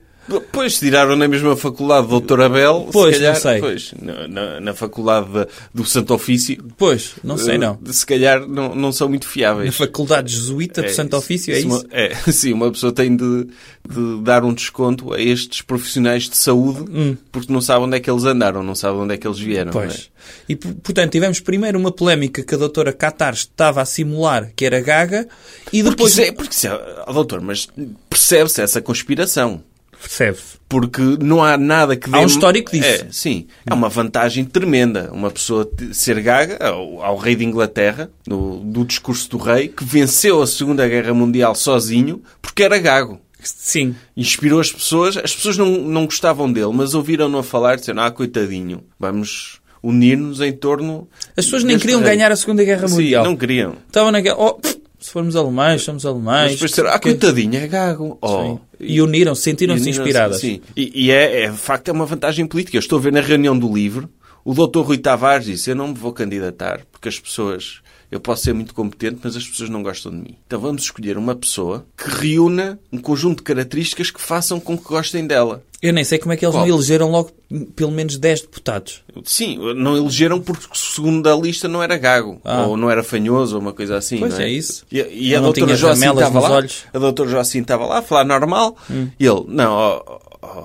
Speaker 2: Pois, tiraram na mesma faculdade do Dr. Abel,
Speaker 3: Pois,
Speaker 2: se calhar,
Speaker 3: não sei.
Speaker 2: Pois, na, na- na faculdade da- do Santo Ofício,
Speaker 3: Pois, não sei
Speaker 2: eh,
Speaker 3: não.
Speaker 2: se calhar não, não são muito
Speaker 3: Na
Speaker 2: fiáveis.
Speaker 3: faculdade jesuíta do
Speaker 2: É,
Speaker 3: Santo Ofício, é
Speaker 2: se uma-
Speaker 3: isso?
Speaker 2: é, (laughs) sim, uma pessoa tem de, de dar um desconto a estes profissionais de saúde porque não sabe onde é que eles andaram, não sabe onde é que eles vieram. não é?
Speaker 3: Hum. Pois. E, por- portanto, tivemos primeiro uma polémica que a doutora Qatar estava a simular que era gaga e
Speaker 2: Porque,
Speaker 3: depois...
Speaker 2: isso é, porque isso é- ó, doutor, mas percebe-se essa conspiração.
Speaker 3: Percebe-se.
Speaker 2: Porque não há nada que dê...
Speaker 3: Há um histórico disso.
Speaker 2: É, sim. É uma vantagem tremenda. Uma pessoa te- ser gaga ao, ao rei de Inglaterra, no, do discurso do rei, que venceu a Segunda Guerra Mundial sozinho porque era gago.
Speaker 3: Sim.
Speaker 2: Inspirou as pessoas. As pessoas não, não gostavam dele, mas ouviram-no a falar e disseram, ah, coitadinho, vamos unir-nos em torno...
Speaker 3: As pessoas nem
Speaker 2: deste
Speaker 3: queriam
Speaker 2: rei."
Speaker 3: ganhar a Segunda Guerra
Speaker 2: é- Sim,
Speaker 3: Mundial.
Speaker 2: não queriam.
Speaker 3: Estavam naquela... Oh, pff, se formos alemães, somos
Speaker 2: Mas
Speaker 3: alemães.
Speaker 2: depois disseram, ah,
Speaker 3: Que-
Speaker 2: coitadinho, é gago. Oh,
Speaker 3: Sim. E uniram-se, sentiram-se
Speaker 2: E não-
Speaker 3: inspiradas.
Speaker 2: Sim, e, e é, é, de facto é uma vantagem política. Eu estou a ver na reunião do LIVRE, o doutor Rui Tavares disse, eu não me vou candidatar porque as pessoas, eu posso ser muito competente, mas as pessoas não gostam de mim. Então vamos escolher uma pessoa que reúna um conjunto de características que façam com que gostem dela.
Speaker 3: Eu nem sei como é que eles
Speaker 2: Qual?
Speaker 3: não elegeram logo hum, pelo menos 10 deputados.
Speaker 2: Sim, não elegeram porque segundo a lista não era gago,
Speaker 3: Ah.
Speaker 2: ou não era fanhoso, ou uma coisa assim.
Speaker 3: Pois
Speaker 2: não é?
Speaker 3: é isso.
Speaker 2: E, e a
Speaker 3: Ou não
Speaker 2: doutora
Speaker 3: tinha
Speaker 2: Joacim
Speaker 3: ramelas
Speaker 2: estava
Speaker 3: nos
Speaker 2: lá,
Speaker 3: olhos. Hum.
Speaker 2: a doutora Joacim estava lá a falar normal, e ele, não, ó, ó,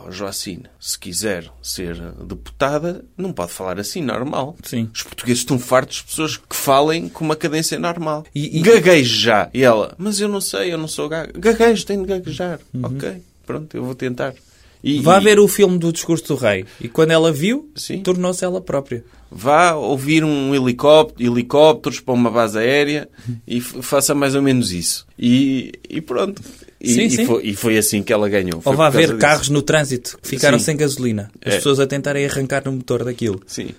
Speaker 2: ó, Joacim, se quiser ser deputada, não pode falar assim, normal.
Speaker 3: Sim.
Speaker 2: Os portugueses estão fartos de pessoas que falem com uma cadência normal.
Speaker 3: E- e-
Speaker 2: Gaguejo já. E ela, mas eu não sei, eu não sou gago. Gaguejo, tenho de gaguejar.
Speaker 3: Uhum.
Speaker 2: Ok, pronto, eu vou tentar. E,
Speaker 3: Vá
Speaker 2: e-
Speaker 3: ver o filme do discurso do rei. E quando ela viu,
Speaker 2: Sim.
Speaker 3: tornou-se ela própria.
Speaker 2: vá ouvir um helicóptero, helicópteros para uma base aérea e f- faça mais ou menos isso. E, e pronto. E,
Speaker 3: Sim,
Speaker 2: e
Speaker 3: sim.
Speaker 2: Foi, e foi assim que ela ganhou. Foi
Speaker 3: Ou vá
Speaker 2: por causa
Speaker 3: ver
Speaker 2: disso.
Speaker 3: carros no trânsito que ficaram
Speaker 2: Sim.
Speaker 3: sem gasolina.
Speaker 2: É.
Speaker 3: As pessoas a tentarem arrancar no motor daquilo.
Speaker 2: Sim.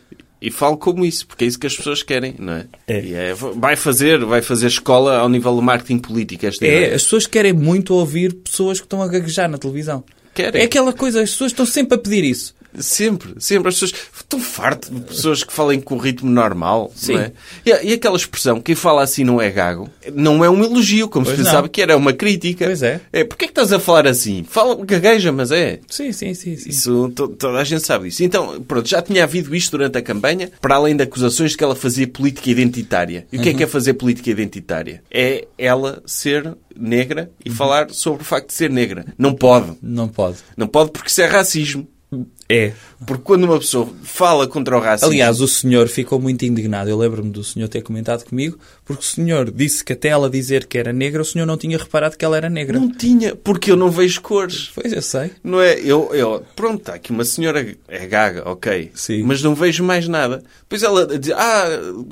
Speaker 2: E falo como isso, porque é isso que as pessoas querem, não é? E é, vai fazer, vai fazer escola ao nível do marketing político esta
Speaker 3: É,
Speaker 2: ideia.
Speaker 3: as pessoas querem muito ouvir pessoas que estão a gaguejar na televisão.
Speaker 2: Querem.
Speaker 3: É aquela coisa, as pessoas estão sempre a pedir isso.
Speaker 2: Sempre, sempre. As pessoas estão farto de pessoas que falem com o ritmo normal,
Speaker 3: Sim.
Speaker 2: não é? E, e aquela expressão, quem fala assim não é gago, não é um elogio, como
Speaker 3: Pois
Speaker 2: se
Speaker 3: não.
Speaker 2: pensava que era, é uma crítica.
Speaker 3: Pois é.
Speaker 2: É, porquê é que estás a falar assim? Fala, gagueja, mas é.
Speaker 3: Sim, sim, sim. sim.
Speaker 2: Isso, to- toda a gente sabe disso. Então, pronto, já tinha havido isto durante a campanha, para além de acusações de que ela fazia política identitária. E o que é que é fazer política identitária? É ela ser negra e falar sobre o facto de ser negra. Não pode.
Speaker 3: Não pode.
Speaker 2: Não pode porque isso é racismo.
Speaker 3: É.
Speaker 2: Porque quando uma pessoa fala contra o racismo...
Speaker 3: Aliás, o senhor ficou muito indignado. Eu lembro-me do senhor ter comentado comigo, porque o senhor disse que até ela dizer que era negra, o senhor não tinha reparado que ela era negra.
Speaker 2: não tinha, porque eu não vejo cores.
Speaker 3: Pois, eu sei.
Speaker 2: Não é? Eu, eu pronto, está aqui uma senhora é gaga, ok.
Speaker 3: Sim.
Speaker 2: Mas não vejo mais nada. Pois ela diz, ah,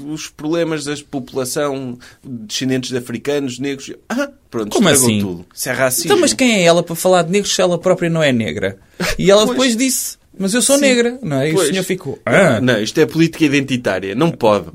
Speaker 2: os problemas da população, descendentes de africanos, negros. Ah, pronto,
Speaker 3: Como
Speaker 2: estragou
Speaker 3: assim?
Speaker 2: tudo. Isso é racismo.
Speaker 3: Então, mas quem é ela para falar de negros se ela própria não é negra?
Speaker 2: (laughs)
Speaker 3: E ela depois disse, mas eu sou negra, não é? E
Speaker 2: Pois.
Speaker 3: o senhor ficou, ah, Uhum.
Speaker 2: Não, isto é política identitária. Não pode.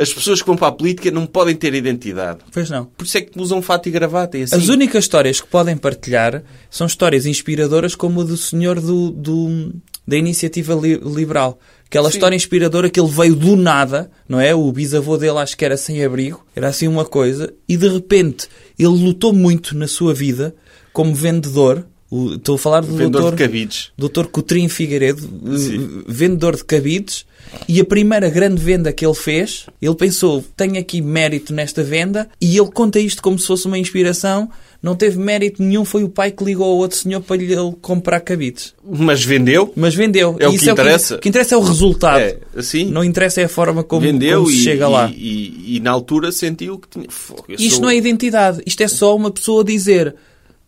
Speaker 2: As pessoas que vão para a política não podem ter identidade.
Speaker 3: pois não.
Speaker 2: Por isso é que usam fato e gravata. E assim.
Speaker 3: As únicas histórias que podem partilhar são histórias inspiradoras como a do senhor do, do- da Iniciativa Li- Liberal. Aquela
Speaker 2: Sim.
Speaker 3: história inspiradora que ele veio do nada, não é? O bisavô dele acho que era sem abrigo, era assim uma coisa, e de repente ele lutou muito na sua vida como vendedor. O- estou a falar do
Speaker 2: Vendedor
Speaker 3: doutor,
Speaker 2: de cabides.
Speaker 3: Doutor Coutrinho Figueiredo, eh, vendedor de cabides, e a primeira grande venda que ele fez, ele pensou, tenho aqui mérito nesta venda, e ele conta isto como se fosse uma inspiração, não teve mérito nenhum, foi o pai que ligou ao outro senhor para lhe ele comprar cabides.
Speaker 2: Mas vendeu.
Speaker 3: Mas vendeu.
Speaker 2: É o
Speaker 3: E isso
Speaker 2: que interessa.
Speaker 3: o que interessa é o resultado.
Speaker 2: É, assim.
Speaker 3: Não interessa é a forma como,
Speaker 2: vendeu
Speaker 3: como se
Speaker 2: e,
Speaker 3: chega
Speaker 2: e-
Speaker 3: lá.
Speaker 2: E, e na altura sentiu que tinha. Fogo, eu
Speaker 3: Isto é
Speaker 2: sou-
Speaker 3: não é identidade. Isto é só uma pessoa dizer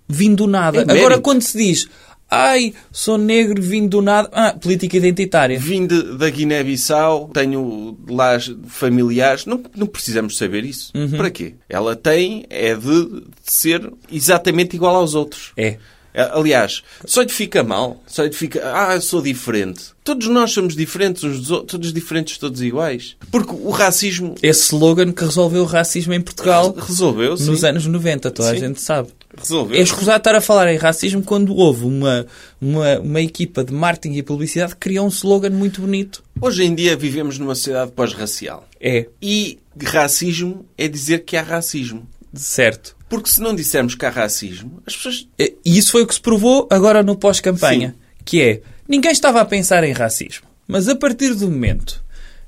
Speaker 3: vim do nada.
Speaker 2: É mérito.
Speaker 3: Agora, quando se diz Ai, sou negro, vim do nada. Ah, política identitária.
Speaker 2: Vim de- da Guiné-Bissau, tenho lá as- familiares. Não, não precisamos saber isso.
Speaker 3: Uhum.
Speaker 2: Para quê? Ela tem é de ser exatamente igual aos outros.
Speaker 3: É.
Speaker 2: A- Aliás, só lhe fica mal. Só lhe fica. Ah, eu sou diferente. Todos nós somos diferentes uns dos outros. Todos diferentes, todos iguais. Porque o racismo
Speaker 3: Esse slogan que resolveu o racismo em Portugal
Speaker 2: resolveu-se.
Speaker 3: nos anos 90, toda a
Speaker 2: Sim.
Speaker 3: gente sabe.
Speaker 2: Resolveu.
Speaker 3: É escusado estar a falar em racismo quando houve uma, uma, uma equipa de marketing e publicidade que criou um slogan muito bonito.
Speaker 2: Hoje em dia vivemos numa sociedade pós-racial.
Speaker 3: É,
Speaker 2: E racismo é dizer que há racismo.
Speaker 3: certo.
Speaker 2: Porque se não dissermos que há racismo, as pessoas.
Speaker 3: E isso foi o que se provou agora no pós-campanha, que é, ninguém estava a pensar em racismo, mas a partir do momento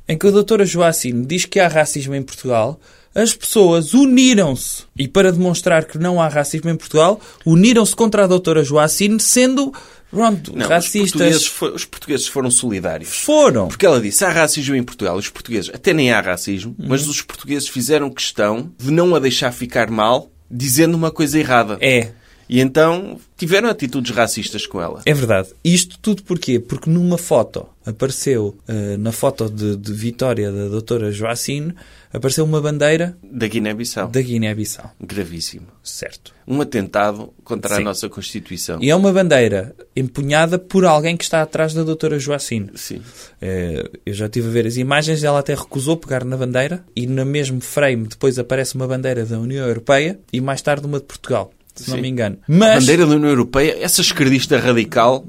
Speaker 3: em que a doutora Joacine diz que há racismo em Portugal, as pessoas uniram-se. E para demonstrar que não há racismo em Portugal, uniram-se contra a doutora Joacine, sendo, pronto,
Speaker 2: Não, Os portugueses,
Speaker 3: racistas.
Speaker 2: fo- os portugueses foram solidários.
Speaker 3: Foram.
Speaker 2: Porque ela disse, há racismo em Portugal. Os portugueses, até nem há racismo,
Speaker 3: Uhum.
Speaker 2: mas os portugueses fizeram questão de não a deixar ficar mal, dizendo uma coisa errada.
Speaker 3: É,
Speaker 2: E então tiveram atitudes racistas com ela.
Speaker 3: É verdade. Isto tudo porquê? Porque numa foto apareceu, eh, na foto de, de vitória da doutora Joacine, apareceu uma bandeira
Speaker 2: Da Guiné-Bissau.
Speaker 3: da Guiné-Bissau.
Speaker 2: Gravíssimo.
Speaker 3: Certo.
Speaker 2: Um atentado contra a
Speaker 3: Sim.
Speaker 2: nossa Constituição.
Speaker 3: E é uma bandeira empunhada por alguém que está atrás da doutora Joacine.
Speaker 2: Sim.
Speaker 3: Eh, eu já estive a ver as imagens, ela até recusou pegar na bandeira e no mesmo frame depois aparece uma bandeira da União Europeia e mais tarde uma de Portugal, se não
Speaker 2: Sim.
Speaker 3: me engano. Mas...
Speaker 2: Bandeira da União Europeia, essa esquerdista radical,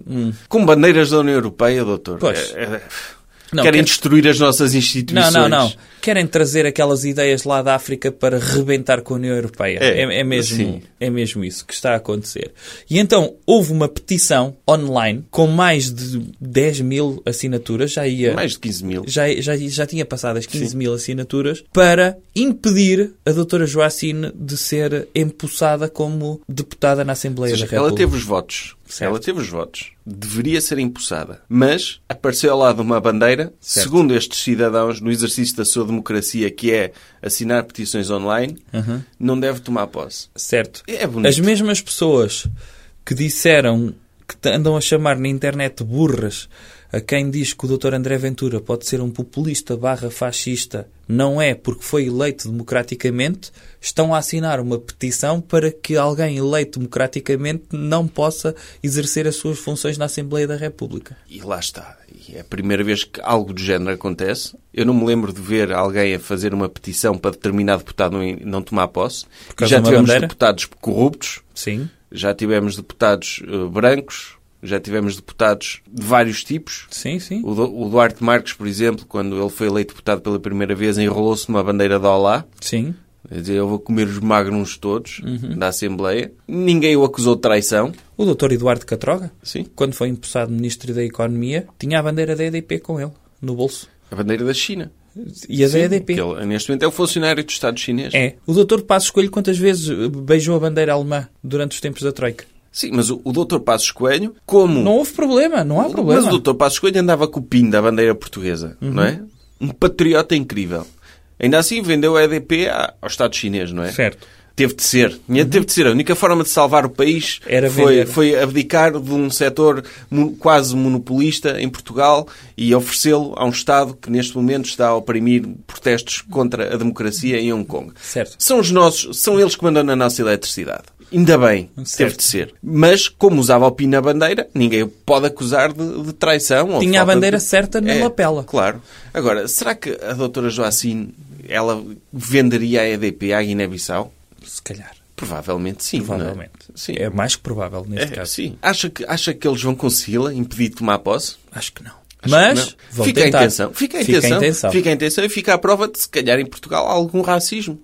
Speaker 2: com bandeiras da União Europeia, doutor.
Speaker 3: Hum. Pois.
Speaker 2: É- é-
Speaker 3: Não,
Speaker 2: Querem
Speaker 3: quer-
Speaker 2: destruir as nossas
Speaker 3: Não,
Speaker 2: instituições.
Speaker 3: não, não. Querem trazer aquelas ideias lá da África para rebentar com a União Europeia. É,
Speaker 2: É,
Speaker 3: é mesmo,
Speaker 2: sim.
Speaker 3: é mesmo isso que está a acontecer. E então houve uma petição online com mais de 10 mil assinaturas, já ia.
Speaker 2: Mais de 15 mil.
Speaker 3: Já, já, já tinha passado as 15 mil assinaturas para impedir a doutora Joacine de ser empossada como deputada na Assembleia
Speaker 2: Ou seja,
Speaker 3: da
Speaker 2: ela
Speaker 3: República.
Speaker 2: teve os votos.
Speaker 3: Certo.
Speaker 2: Ela teve os votos. Deveria ser empossada. Mas apareceu ao lado uma bandeira,
Speaker 3: Certo.
Speaker 2: segundo estes cidadãos, no exercício da sua democracia, que é assinar petições online,
Speaker 3: Uhum.
Speaker 2: não deve tomar posse.
Speaker 3: Certo.
Speaker 2: É bonito.
Speaker 3: As mesmas pessoas que disseram que t- andam a chamar na internet de burras a quem diz que o Dr. André Ventura pode ser um populista barra fascista, não é porque foi eleito democraticamente, estão a assinar uma petição para que alguém eleito democraticamente não possa exercer as suas funções na Assembleia da República.
Speaker 2: E lá está. E é a primeira vez que algo do género acontece. Eu não me lembro de ver alguém a fazer uma petição para determinado deputado não- não tomar posse. E
Speaker 3: causa
Speaker 2: já
Speaker 3: de uma
Speaker 2: tivemos
Speaker 3: bandeira?
Speaker 2: deputados corruptos,
Speaker 3: Sim,
Speaker 2: já tivemos deputados eh, brancos, já tivemos deputados de vários tipos.
Speaker 3: sim, sim.
Speaker 2: O, Du- o Duarte Marques, por exemplo, quando ele foi eleito deputado pela primeira vez, enrolou-se numa bandeira de Olá.
Speaker 3: Sim.
Speaker 2: a dizer, eu vou comer os magnums todos
Speaker 3: Uhum.
Speaker 2: da Assembleia. Ninguém o acusou de traição.
Speaker 3: O Dr. Eduardo Catroga,
Speaker 2: Sim.
Speaker 3: quando foi empossado Ministro da Economia, tinha a bandeira da EDP com ele, no bolso.
Speaker 2: A bandeira da China.
Speaker 3: E a da
Speaker 2: Sim,
Speaker 3: EDP.
Speaker 2: que ele, neste momento é o funcionário do Estado chinês.
Speaker 3: É. O doutor Passos Coelho quantas vezes eh, beijou a bandeira alemã durante os tempos da Troika?
Speaker 2: Sim, mas o, o Dr. Passos Coelho, como...
Speaker 3: Não houve problema, não há problema. Uhum.
Speaker 2: Mas o Dr. Passos Coelho andava com o pin da bandeira portuguesa, não é? Um patriota incrível. Ainda assim vendeu a EDP à- ao Estado chinês, não é?
Speaker 3: Certo.
Speaker 2: Teve de ser. Tinha- Teve de ser. A única forma de salvar o país
Speaker 3: Era
Speaker 2: foi,
Speaker 3: vender.
Speaker 2: foi abdicar de um setor mon- quase monopolista em Portugal e oferecê-lo a um Estado que neste momento está a oprimir protestos contra a democracia em Hong Kong.
Speaker 3: Certo.
Speaker 2: São os nossos, são eles que mandam na nossa eletricidade. Ainda bem,
Speaker 3: Certo.
Speaker 2: teve de ser. Mas, como usava o PIN na bandeira, ninguém o pode acusar de, de traição. ou de
Speaker 3: Tinha a
Speaker 2: falta
Speaker 3: bandeira
Speaker 2: de- É,
Speaker 3: certa na lapela.
Speaker 2: Claro. Agora, será que a doutora Joacine, ela venderia a EDP à Guiné-Bissau?
Speaker 3: Se calhar.
Speaker 2: Provavelmente sim. não é?
Speaker 3: Provavelmente.
Speaker 2: Sim.
Speaker 3: É mais que provável neste
Speaker 2: É,
Speaker 3: caso.
Speaker 2: sim. Acha que, acha que eles vão consegui-la impedir de tomar posse?
Speaker 3: Acho que não.
Speaker 2: Acho
Speaker 3: Mas
Speaker 2: que não.
Speaker 3: vão
Speaker 2: fica,
Speaker 3: tentar.
Speaker 2: A intenção, fica a intenção. Fica a intenção. Fica e fica à prova de, se calhar, em Portugal há algum racismo.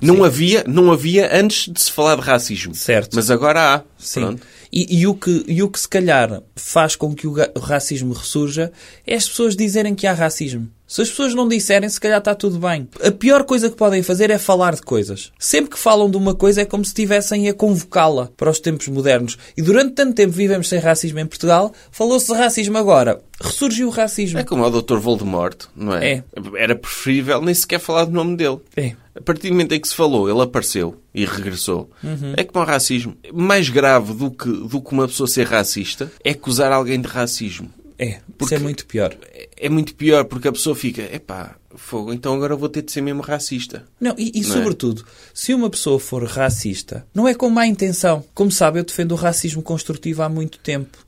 Speaker 2: Não havia, não havia antes de se falar de racismo.
Speaker 3: Certo.
Speaker 2: Mas agora há.
Speaker 3: Sim.
Speaker 2: Pronto.
Speaker 3: E, e o que, e o que se calhar faz com que o ga- o racismo ressurja é as pessoas dizerem que há racismo. Se as pessoas não disserem, se calhar está tudo bem. A pior coisa que podem fazer é falar de coisas. Sempre que falam de uma coisa é como se estivessem a convocá-la para os tempos modernos. E durante tanto tempo vivemos sem racismo em Portugal, falou-se de racismo agora. Ressurgiu o racismo.
Speaker 2: É como o Dr. Voldemort, não é?
Speaker 3: É.
Speaker 2: Era preferível nem sequer falar do nome dele.
Speaker 3: É.
Speaker 2: A partir do momento em que se falou, ele apareceu e regressou.
Speaker 3: Uhum.
Speaker 2: É como o racismo. Mais grave do que, do que uma pessoa ser racista é acusar alguém de racismo.
Speaker 3: É. Isso
Speaker 2: Porque-
Speaker 3: é muito pior.
Speaker 2: É- É muito pior porque a pessoa fica, epá, fogo, então agora vou ter de ser mesmo racista.
Speaker 3: Não, e, e
Speaker 2: Não é?
Speaker 3: sobretudo, se uma pessoa for racista, não é com má intenção. Como sabe, eu defendo o racismo construtivo há muito tempo.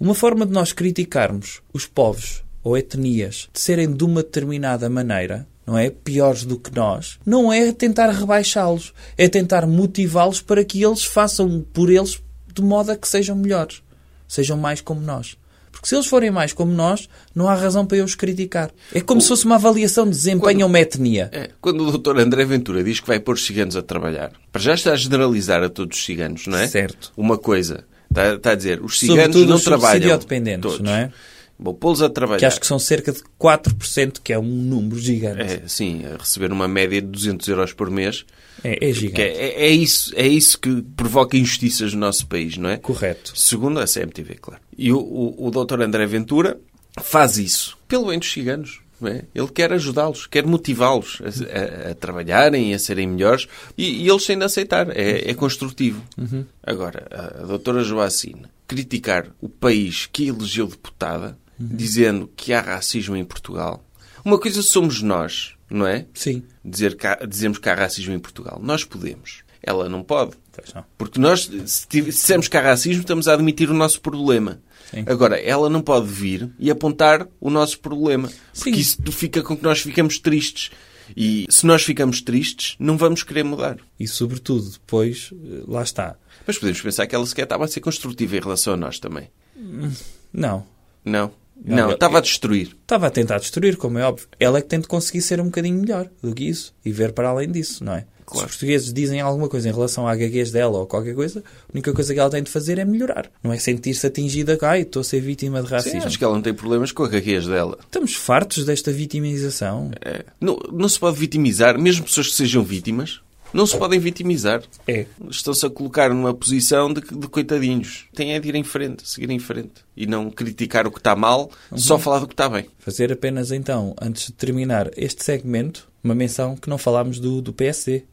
Speaker 3: Uma forma de nós criticarmos os povos ou etnias de serem de uma determinada maneira, não é? Piores do que nós, não é tentar rebaixá-los, é tentar motivá-los para que eles façam por eles de modo a que sejam melhores, sejam mais como nós. Porque se eles forem mais como nós, não há razão para eu os criticar. É como se fosse uma avaliação de desempenho a uma etnia.
Speaker 2: É, quando o Dr. André Ventura diz que vai pôr os ciganos a trabalhar, para já está a generalizar a todos os ciganos, não é?
Speaker 3: Certo.
Speaker 2: Uma coisa, está, está a dizer, os ciganos
Speaker 3: Sobretudo
Speaker 2: não
Speaker 3: os
Speaker 2: trabalham.
Speaker 3: subsidiodependentes,
Speaker 2: todos.
Speaker 3: não é?
Speaker 2: Vou pô-los a trabalhar.
Speaker 3: que acho que são cerca de 4%, que é um número gigante.
Speaker 2: É, sim, a receber uma média de 200 euros por mês.
Speaker 3: É, é
Speaker 2: Que
Speaker 3: gigante.
Speaker 2: é, é isso, é isso que provoca injustiças no nosso país, não é?
Speaker 3: Correto.
Speaker 2: Segundo a CMTV, claro. E o, o, o Dr. André Ventura faz isso pelo bem dos ciganos. não é? Ele quer ajudá-los, quer motivá-los a, a- a trabalharem e a serem melhores e, e eles têm de aceitar, é, é construtivo. Agora, a, a doutora Joacine criticar o país que elegeu deputada dizendo que há racismo em Portugal. Uma coisa somos nós, não é?
Speaker 3: Sim.
Speaker 2: Dizer que há- dizemos que há racismo em Portugal. Nós podemos. Ela não pode.
Speaker 3: Pois não.
Speaker 2: Porque nós, se ti- se dissermos que há racismo, estamos a admitir o nosso problema.
Speaker 3: Sim.
Speaker 2: Agora, ela não pode vir e apontar o nosso problema. Porque
Speaker 3: Sim.
Speaker 2: isso fica com que nós ficamos tristes. E se nós ficamos tristes, não vamos querer mudar.
Speaker 3: E sobretudo, depois, eh, lá está.
Speaker 2: Mas podemos pensar que ela sequer estava a ser construtiva em relação a nós também.
Speaker 3: Não.
Speaker 2: Não.
Speaker 3: Não,
Speaker 2: Não,
Speaker 3: eu-
Speaker 2: estava a destruir.
Speaker 3: Estava a tentar destruir, como é óbvio. Ela é que tem de conseguir ser um bocadinho melhor do que isso e ver para além disso, não é? Se
Speaker 2: Claro.
Speaker 3: os portugueses dizem alguma coisa em relação à gaguez dela ou qualquer coisa, a única coisa que ela tem de fazer é melhorar. Não é sentir-se atingida, ai, estou a ser vítima de
Speaker 2: Sim,
Speaker 3: racismo.
Speaker 2: acho que ela não tem problemas com a gaguez dela.
Speaker 3: Estamos fartos desta vitimização.
Speaker 2: É. Não, não se pode vitimizar, mesmo pessoas que sejam vítimas, não se podem vitimizar.
Speaker 3: É.
Speaker 2: Estão-se a colocar numa posição de, de coitadinhos. Tem é de ir em frente, seguir em frente. E não criticar o que está mal,
Speaker 3: Uhum.
Speaker 2: só falar do que está bem.
Speaker 3: Fazer apenas então, antes de terminar este segmento, uma menção que não falámos do, do PSD.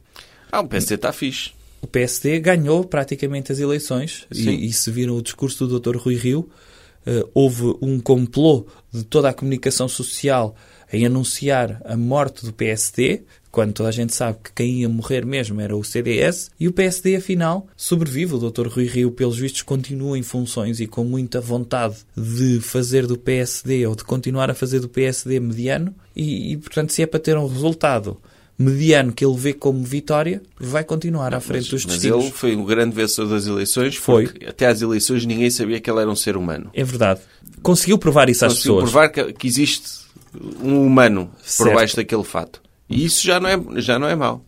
Speaker 2: Ah, o PSD está fixe.
Speaker 3: O PSD ganhou praticamente as eleições
Speaker 2: Sim.
Speaker 3: e, e se viram o discurso do Dr. Rui Rio, eh, houve um complô de toda a comunicação social em anunciar a morte do PSD, quando toda a gente sabe que quem ia morrer mesmo era o CDS, e o PSD afinal sobrevive. O Dr. Rui Rio, pelos vistos, continua em funções e com muita vontade de fazer do PSD ou de continuar a fazer do PSD mediano, e, e portanto, se é para ter um resultado mediano que ele vê como vitória, vai continuar à frente dos
Speaker 2: Mas
Speaker 3: destinos.
Speaker 2: ele foi o grande vencedor das eleições.
Speaker 3: Foi.
Speaker 2: porque Até às eleições ninguém sabia que ele era um ser humano.
Speaker 3: É verdade. Conseguiu provar isso às
Speaker 2: Conseguiu
Speaker 3: pessoas.
Speaker 2: provar que, que existe um humano
Speaker 3: Certo.
Speaker 2: por baixo daquele fato. E isso já não é, já não é mau.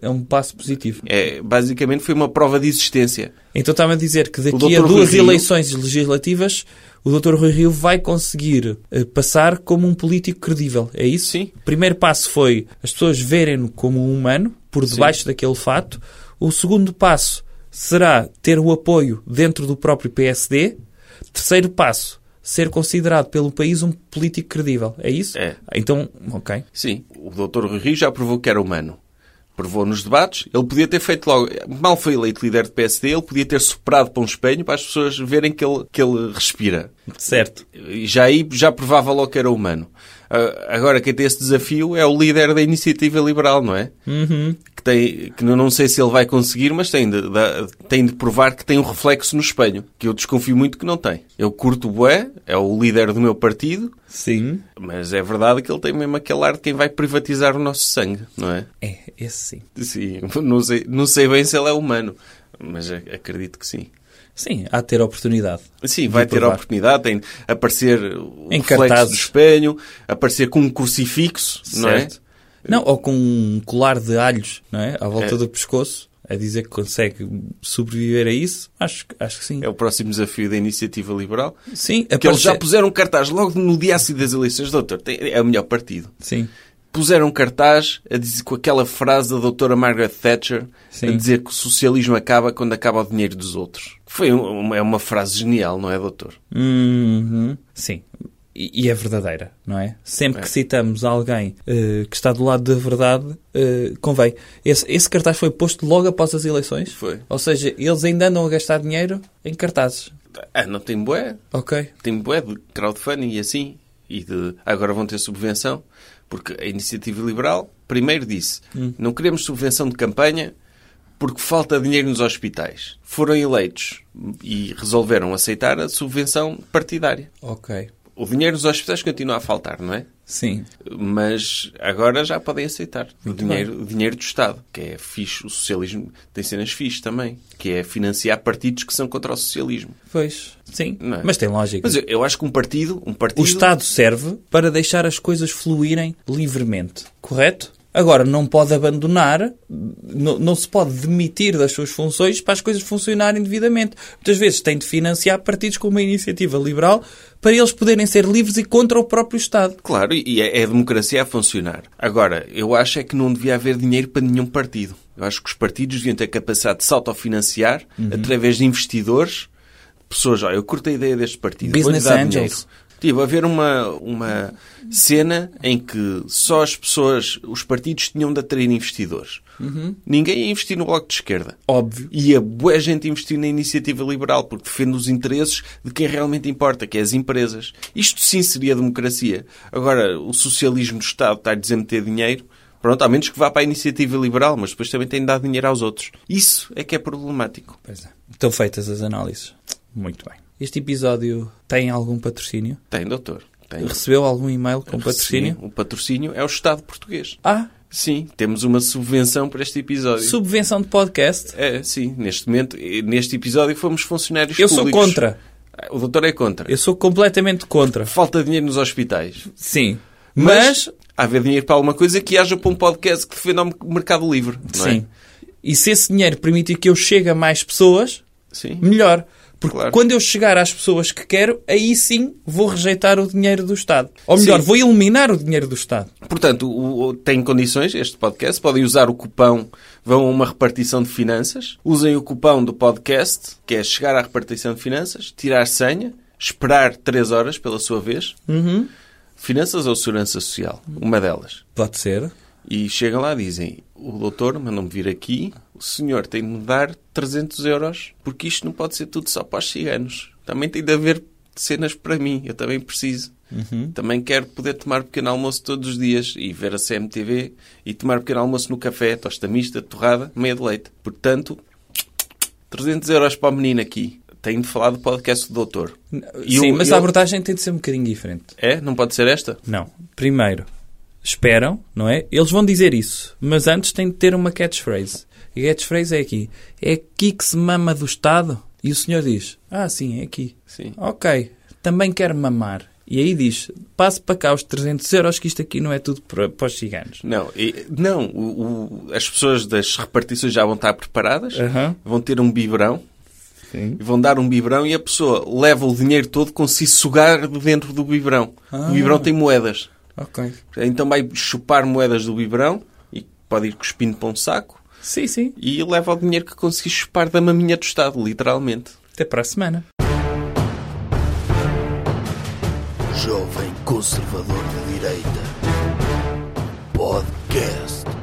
Speaker 3: É um passo positivo.
Speaker 2: É, basicamente foi uma prova de existência.
Speaker 3: Então estava a dizer que daqui
Speaker 2: Dr.
Speaker 3: a
Speaker 2: Rui
Speaker 3: duas
Speaker 2: Rio-
Speaker 3: eleições legislativas o Dr. Rui Rio vai conseguir eh, passar como um político credível. É isso?
Speaker 2: Sim.
Speaker 3: O primeiro passo foi as pessoas verem-no como um humano, por debaixo daquele fato. O segundo passo será ter o apoio dentro do próprio PSD. Terceiro passo, ser considerado pelo país um político credível. É isso?
Speaker 2: É.
Speaker 3: Então, ok.
Speaker 2: Sim, o Dr. Rui Rio já provou que era humano. Provou nos debates, ele podia ter feito logo. Mal foi eleito líder do PSD, ele podia ter soprado para um espelho para as pessoas verem que ele, que ele respira.
Speaker 3: Certo.
Speaker 2: E já aí já provava logo que era humano. Ah, Agora, quem tem esse desafio é o líder da iniciativa liberal, não é? Que, tem, que eu não sei se ele vai conseguir, mas tem de, da- tem de provar que tem um reflexo no espelho, que eu desconfio muito que não tem. Eu curto o Bué, é o líder do meu partido,
Speaker 3: Sim.
Speaker 2: mas é verdade que ele tem mesmo aquele ar de quem vai privatizar o nosso sangue, não é?
Speaker 3: É, esse sim.
Speaker 2: Sim, (laughs) não sei, não sei bem se ele é humano, mas ac- acredito que sim.
Speaker 3: Sim, há de ter oportunidade.
Speaker 2: Sim, vai ter a
Speaker 3: provar.
Speaker 2: oportunidade, tem de aparecer o
Speaker 3: Em
Speaker 2: reflexo
Speaker 3: cartazes.
Speaker 2: do espelho, aparecer com um crucifixo, não é?
Speaker 3: Não, ou com um colar de alhos, não é? À volta
Speaker 2: É.
Speaker 3: do pescoço. a dizer que consegue sobreviver a isso, acho, que- acho que sim.
Speaker 2: É o próximo desafio da iniciativa liberal.
Speaker 3: Sim,
Speaker 2: Que eles já
Speaker 3: aparece-
Speaker 2: puseram um cartaz logo no dia a seguir das eleições. Doutor, tem- é o melhor partido.
Speaker 3: Sim.
Speaker 2: Puseram um cartaz a dizer, com aquela frase da doutora Margaret Thatcher a
Speaker 3: Sim.
Speaker 2: dizer que o socialismo acaba quando acaba o dinheiro dos outros. Foi um- uma, é uma frase genial, não é, doutor?
Speaker 3: Uhum. Sim. E, e é verdadeira, não é? Sempre
Speaker 2: É.
Speaker 3: que citamos alguém eh, que está do lado da verdade, eh, convém. Esse, esse cartaz foi posto logo após as eleições?
Speaker 2: Foi.
Speaker 3: Ou seja, eles ainda andam a gastar dinheiro em cartazes.
Speaker 2: Ah, não tem bué.
Speaker 3: Ok.
Speaker 2: Tem bué de crowdfunding e assim. E de, agora vão ter subvenção. Porque a iniciativa liberal primeiro disse não queremos subvenção de campanha porque falta dinheiro nos hospitais. Foram eleitos e resolveram aceitar a subvenção partidária.
Speaker 3: Ok.
Speaker 2: O dinheiro nos hospitais continua a faltar, não é?
Speaker 3: Sim.
Speaker 2: Mas agora já podem aceitar o
Speaker 3: Muito
Speaker 2: dinheiro, o dinheiro do Estado, que é fixe. O socialismo tem cenas fixe também, que é financiar partidos que são contra o socialismo.
Speaker 3: Pois. Sim.
Speaker 2: Não é?
Speaker 3: Mas tem lógica.
Speaker 2: Mas eu, eu acho que um partido, um partido
Speaker 3: O Estado serve para deixar as coisas fluírem livremente, correto? Agora, não pode abandonar, não, não se pode demitir das suas funções para as coisas funcionarem devidamente. Muitas vezes tem de financiar partidos com uma iniciativa liberal para eles poderem ser livres e contra o próprio Estado.
Speaker 2: Claro, e é é a democracia a funcionar. Agora, eu acho é que não devia haver dinheiro para nenhum partido. Eu acho que os partidos deviam ter capacidade de se autofinanciar
Speaker 3: Uhum.
Speaker 2: através de investidores, pessoas, olha, eu curto a ideia deste partido, vou-lhe
Speaker 3: Business
Speaker 2: dar
Speaker 3: angels.
Speaker 2: dinheiro. Tipo, haver uma, uma cena em que só as pessoas, os partidos tinham de atrair investidores.
Speaker 3: Uhum.
Speaker 2: Ninguém ia investir no Bloco de Esquerda.
Speaker 3: Óbvio.
Speaker 2: E a boa gente investir na iniciativa liberal, porque defende os interesses de quem realmente importa, que é as empresas. Isto sim seria democracia. Agora, o socialismo do Estado está a dizer ter dinheiro, pronto, a menos que vá para a iniciativa liberal, mas depois também tem de dar dinheiro aos outros. Isso é que é problemático.
Speaker 3: Pois é. Estão feitas as análises. Muito bem. Este episódio tem algum patrocínio?
Speaker 2: Tem, doutor. Tem.
Speaker 3: Recebeu algum e-mail com um patrocínio?
Speaker 2: Sim, O patrocínio é o Estado português.
Speaker 3: Ah,
Speaker 2: Sim, temos uma subvenção para este episódio.
Speaker 3: subvenção de podcast.
Speaker 2: É, sim, neste momento, eh, neste episódio fomos funcionários
Speaker 3: Eu sou
Speaker 2: públicos.
Speaker 3: contra.
Speaker 2: Ah, O doutor é contra.
Speaker 3: Eu sou completamente contra.
Speaker 2: Falta dinheiro nos hospitais.
Speaker 3: Sim.
Speaker 2: Mas,
Speaker 3: Mas,
Speaker 2: há haver dinheiro para alguma coisa que haja para um podcast que defenda o mercado livre. Não
Speaker 3: sim.
Speaker 2: É?
Speaker 3: E se esse dinheiro permitir que eu chegue a mais pessoas,
Speaker 2: Sim.
Speaker 3: melhor. Porque
Speaker 2: Claro.
Speaker 3: quando eu chegar às pessoas que quero, aí sim vou rejeitar o dinheiro do Estado. Ou melhor,
Speaker 2: Sim.
Speaker 3: vou eliminar o dinheiro do Estado.
Speaker 2: Portanto, o- o- tem condições este podcast. Podem usar o cupão, vão a uma repartição de finanças. Usem o cupão do podcast, que é chegar à repartição de finanças, tirar senha, esperar 3 horas pela sua vez.
Speaker 3: Uhum.
Speaker 2: Finanças ou Segurança Social? Uma delas.
Speaker 3: Pode ser.
Speaker 2: E chegam lá e dizem: O doutor mandou-me vir aqui, o senhor tem de me dar 300 euros, porque isto não pode ser tudo só para os ciganos. Também tem de haver cenas para mim, eu também preciso.
Speaker 3: Uhum.
Speaker 2: Também quero poder tomar pequeno almoço todos os dias e ver a CMTV e tomar pequeno almoço no café, tosta mista, torrada, meia de leite. Portanto, 300 euros para a menina aqui. Tenho de falar do podcast do doutor. E
Speaker 3: sim,
Speaker 2: eu-
Speaker 3: mas
Speaker 2: eu-
Speaker 3: a abordagem tem de ser um bocadinho diferente.
Speaker 2: É? Não pode ser esta?
Speaker 3: Não. Primeiro, esperam, não é? Eles vão dizer isso. Mas antes tem de ter uma catchphrase. E a catchphrase é aqui. É aqui que se mama do Estado? E o senhor diz, ah, sim, é aqui.
Speaker 2: Sim.
Speaker 3: Ok, também quero mamar. E aí diz, passe para cá os 300 euros que isto aqui não é tudo para, para os ciganos.
Speaker 2: Não, e- não o- o- as pessoas das repartições já vão estar preparadas,
Speaker 3: Aham.
Speaker 2: vão ter um biberão,
Speaker 3: Sim.
Speaker 2: e vão dar um biberão e a pessoa leva o dinheiro todo com si sugar de dentro do biberão. O biberão tem moedas.
Speaker 3: Ok.
Speaker 2: Então vai chupar moedas do biberão e pode ir cuspindo para um saco
Speaker 3: Sim, sim.
Speaker 2: e leva o dinheiro que conseguir chupar da maminha do Estado, literalmente.
Speaker 3: Até para a semana.
Speaker 1: Jovem Conservador de Direita. Podcast.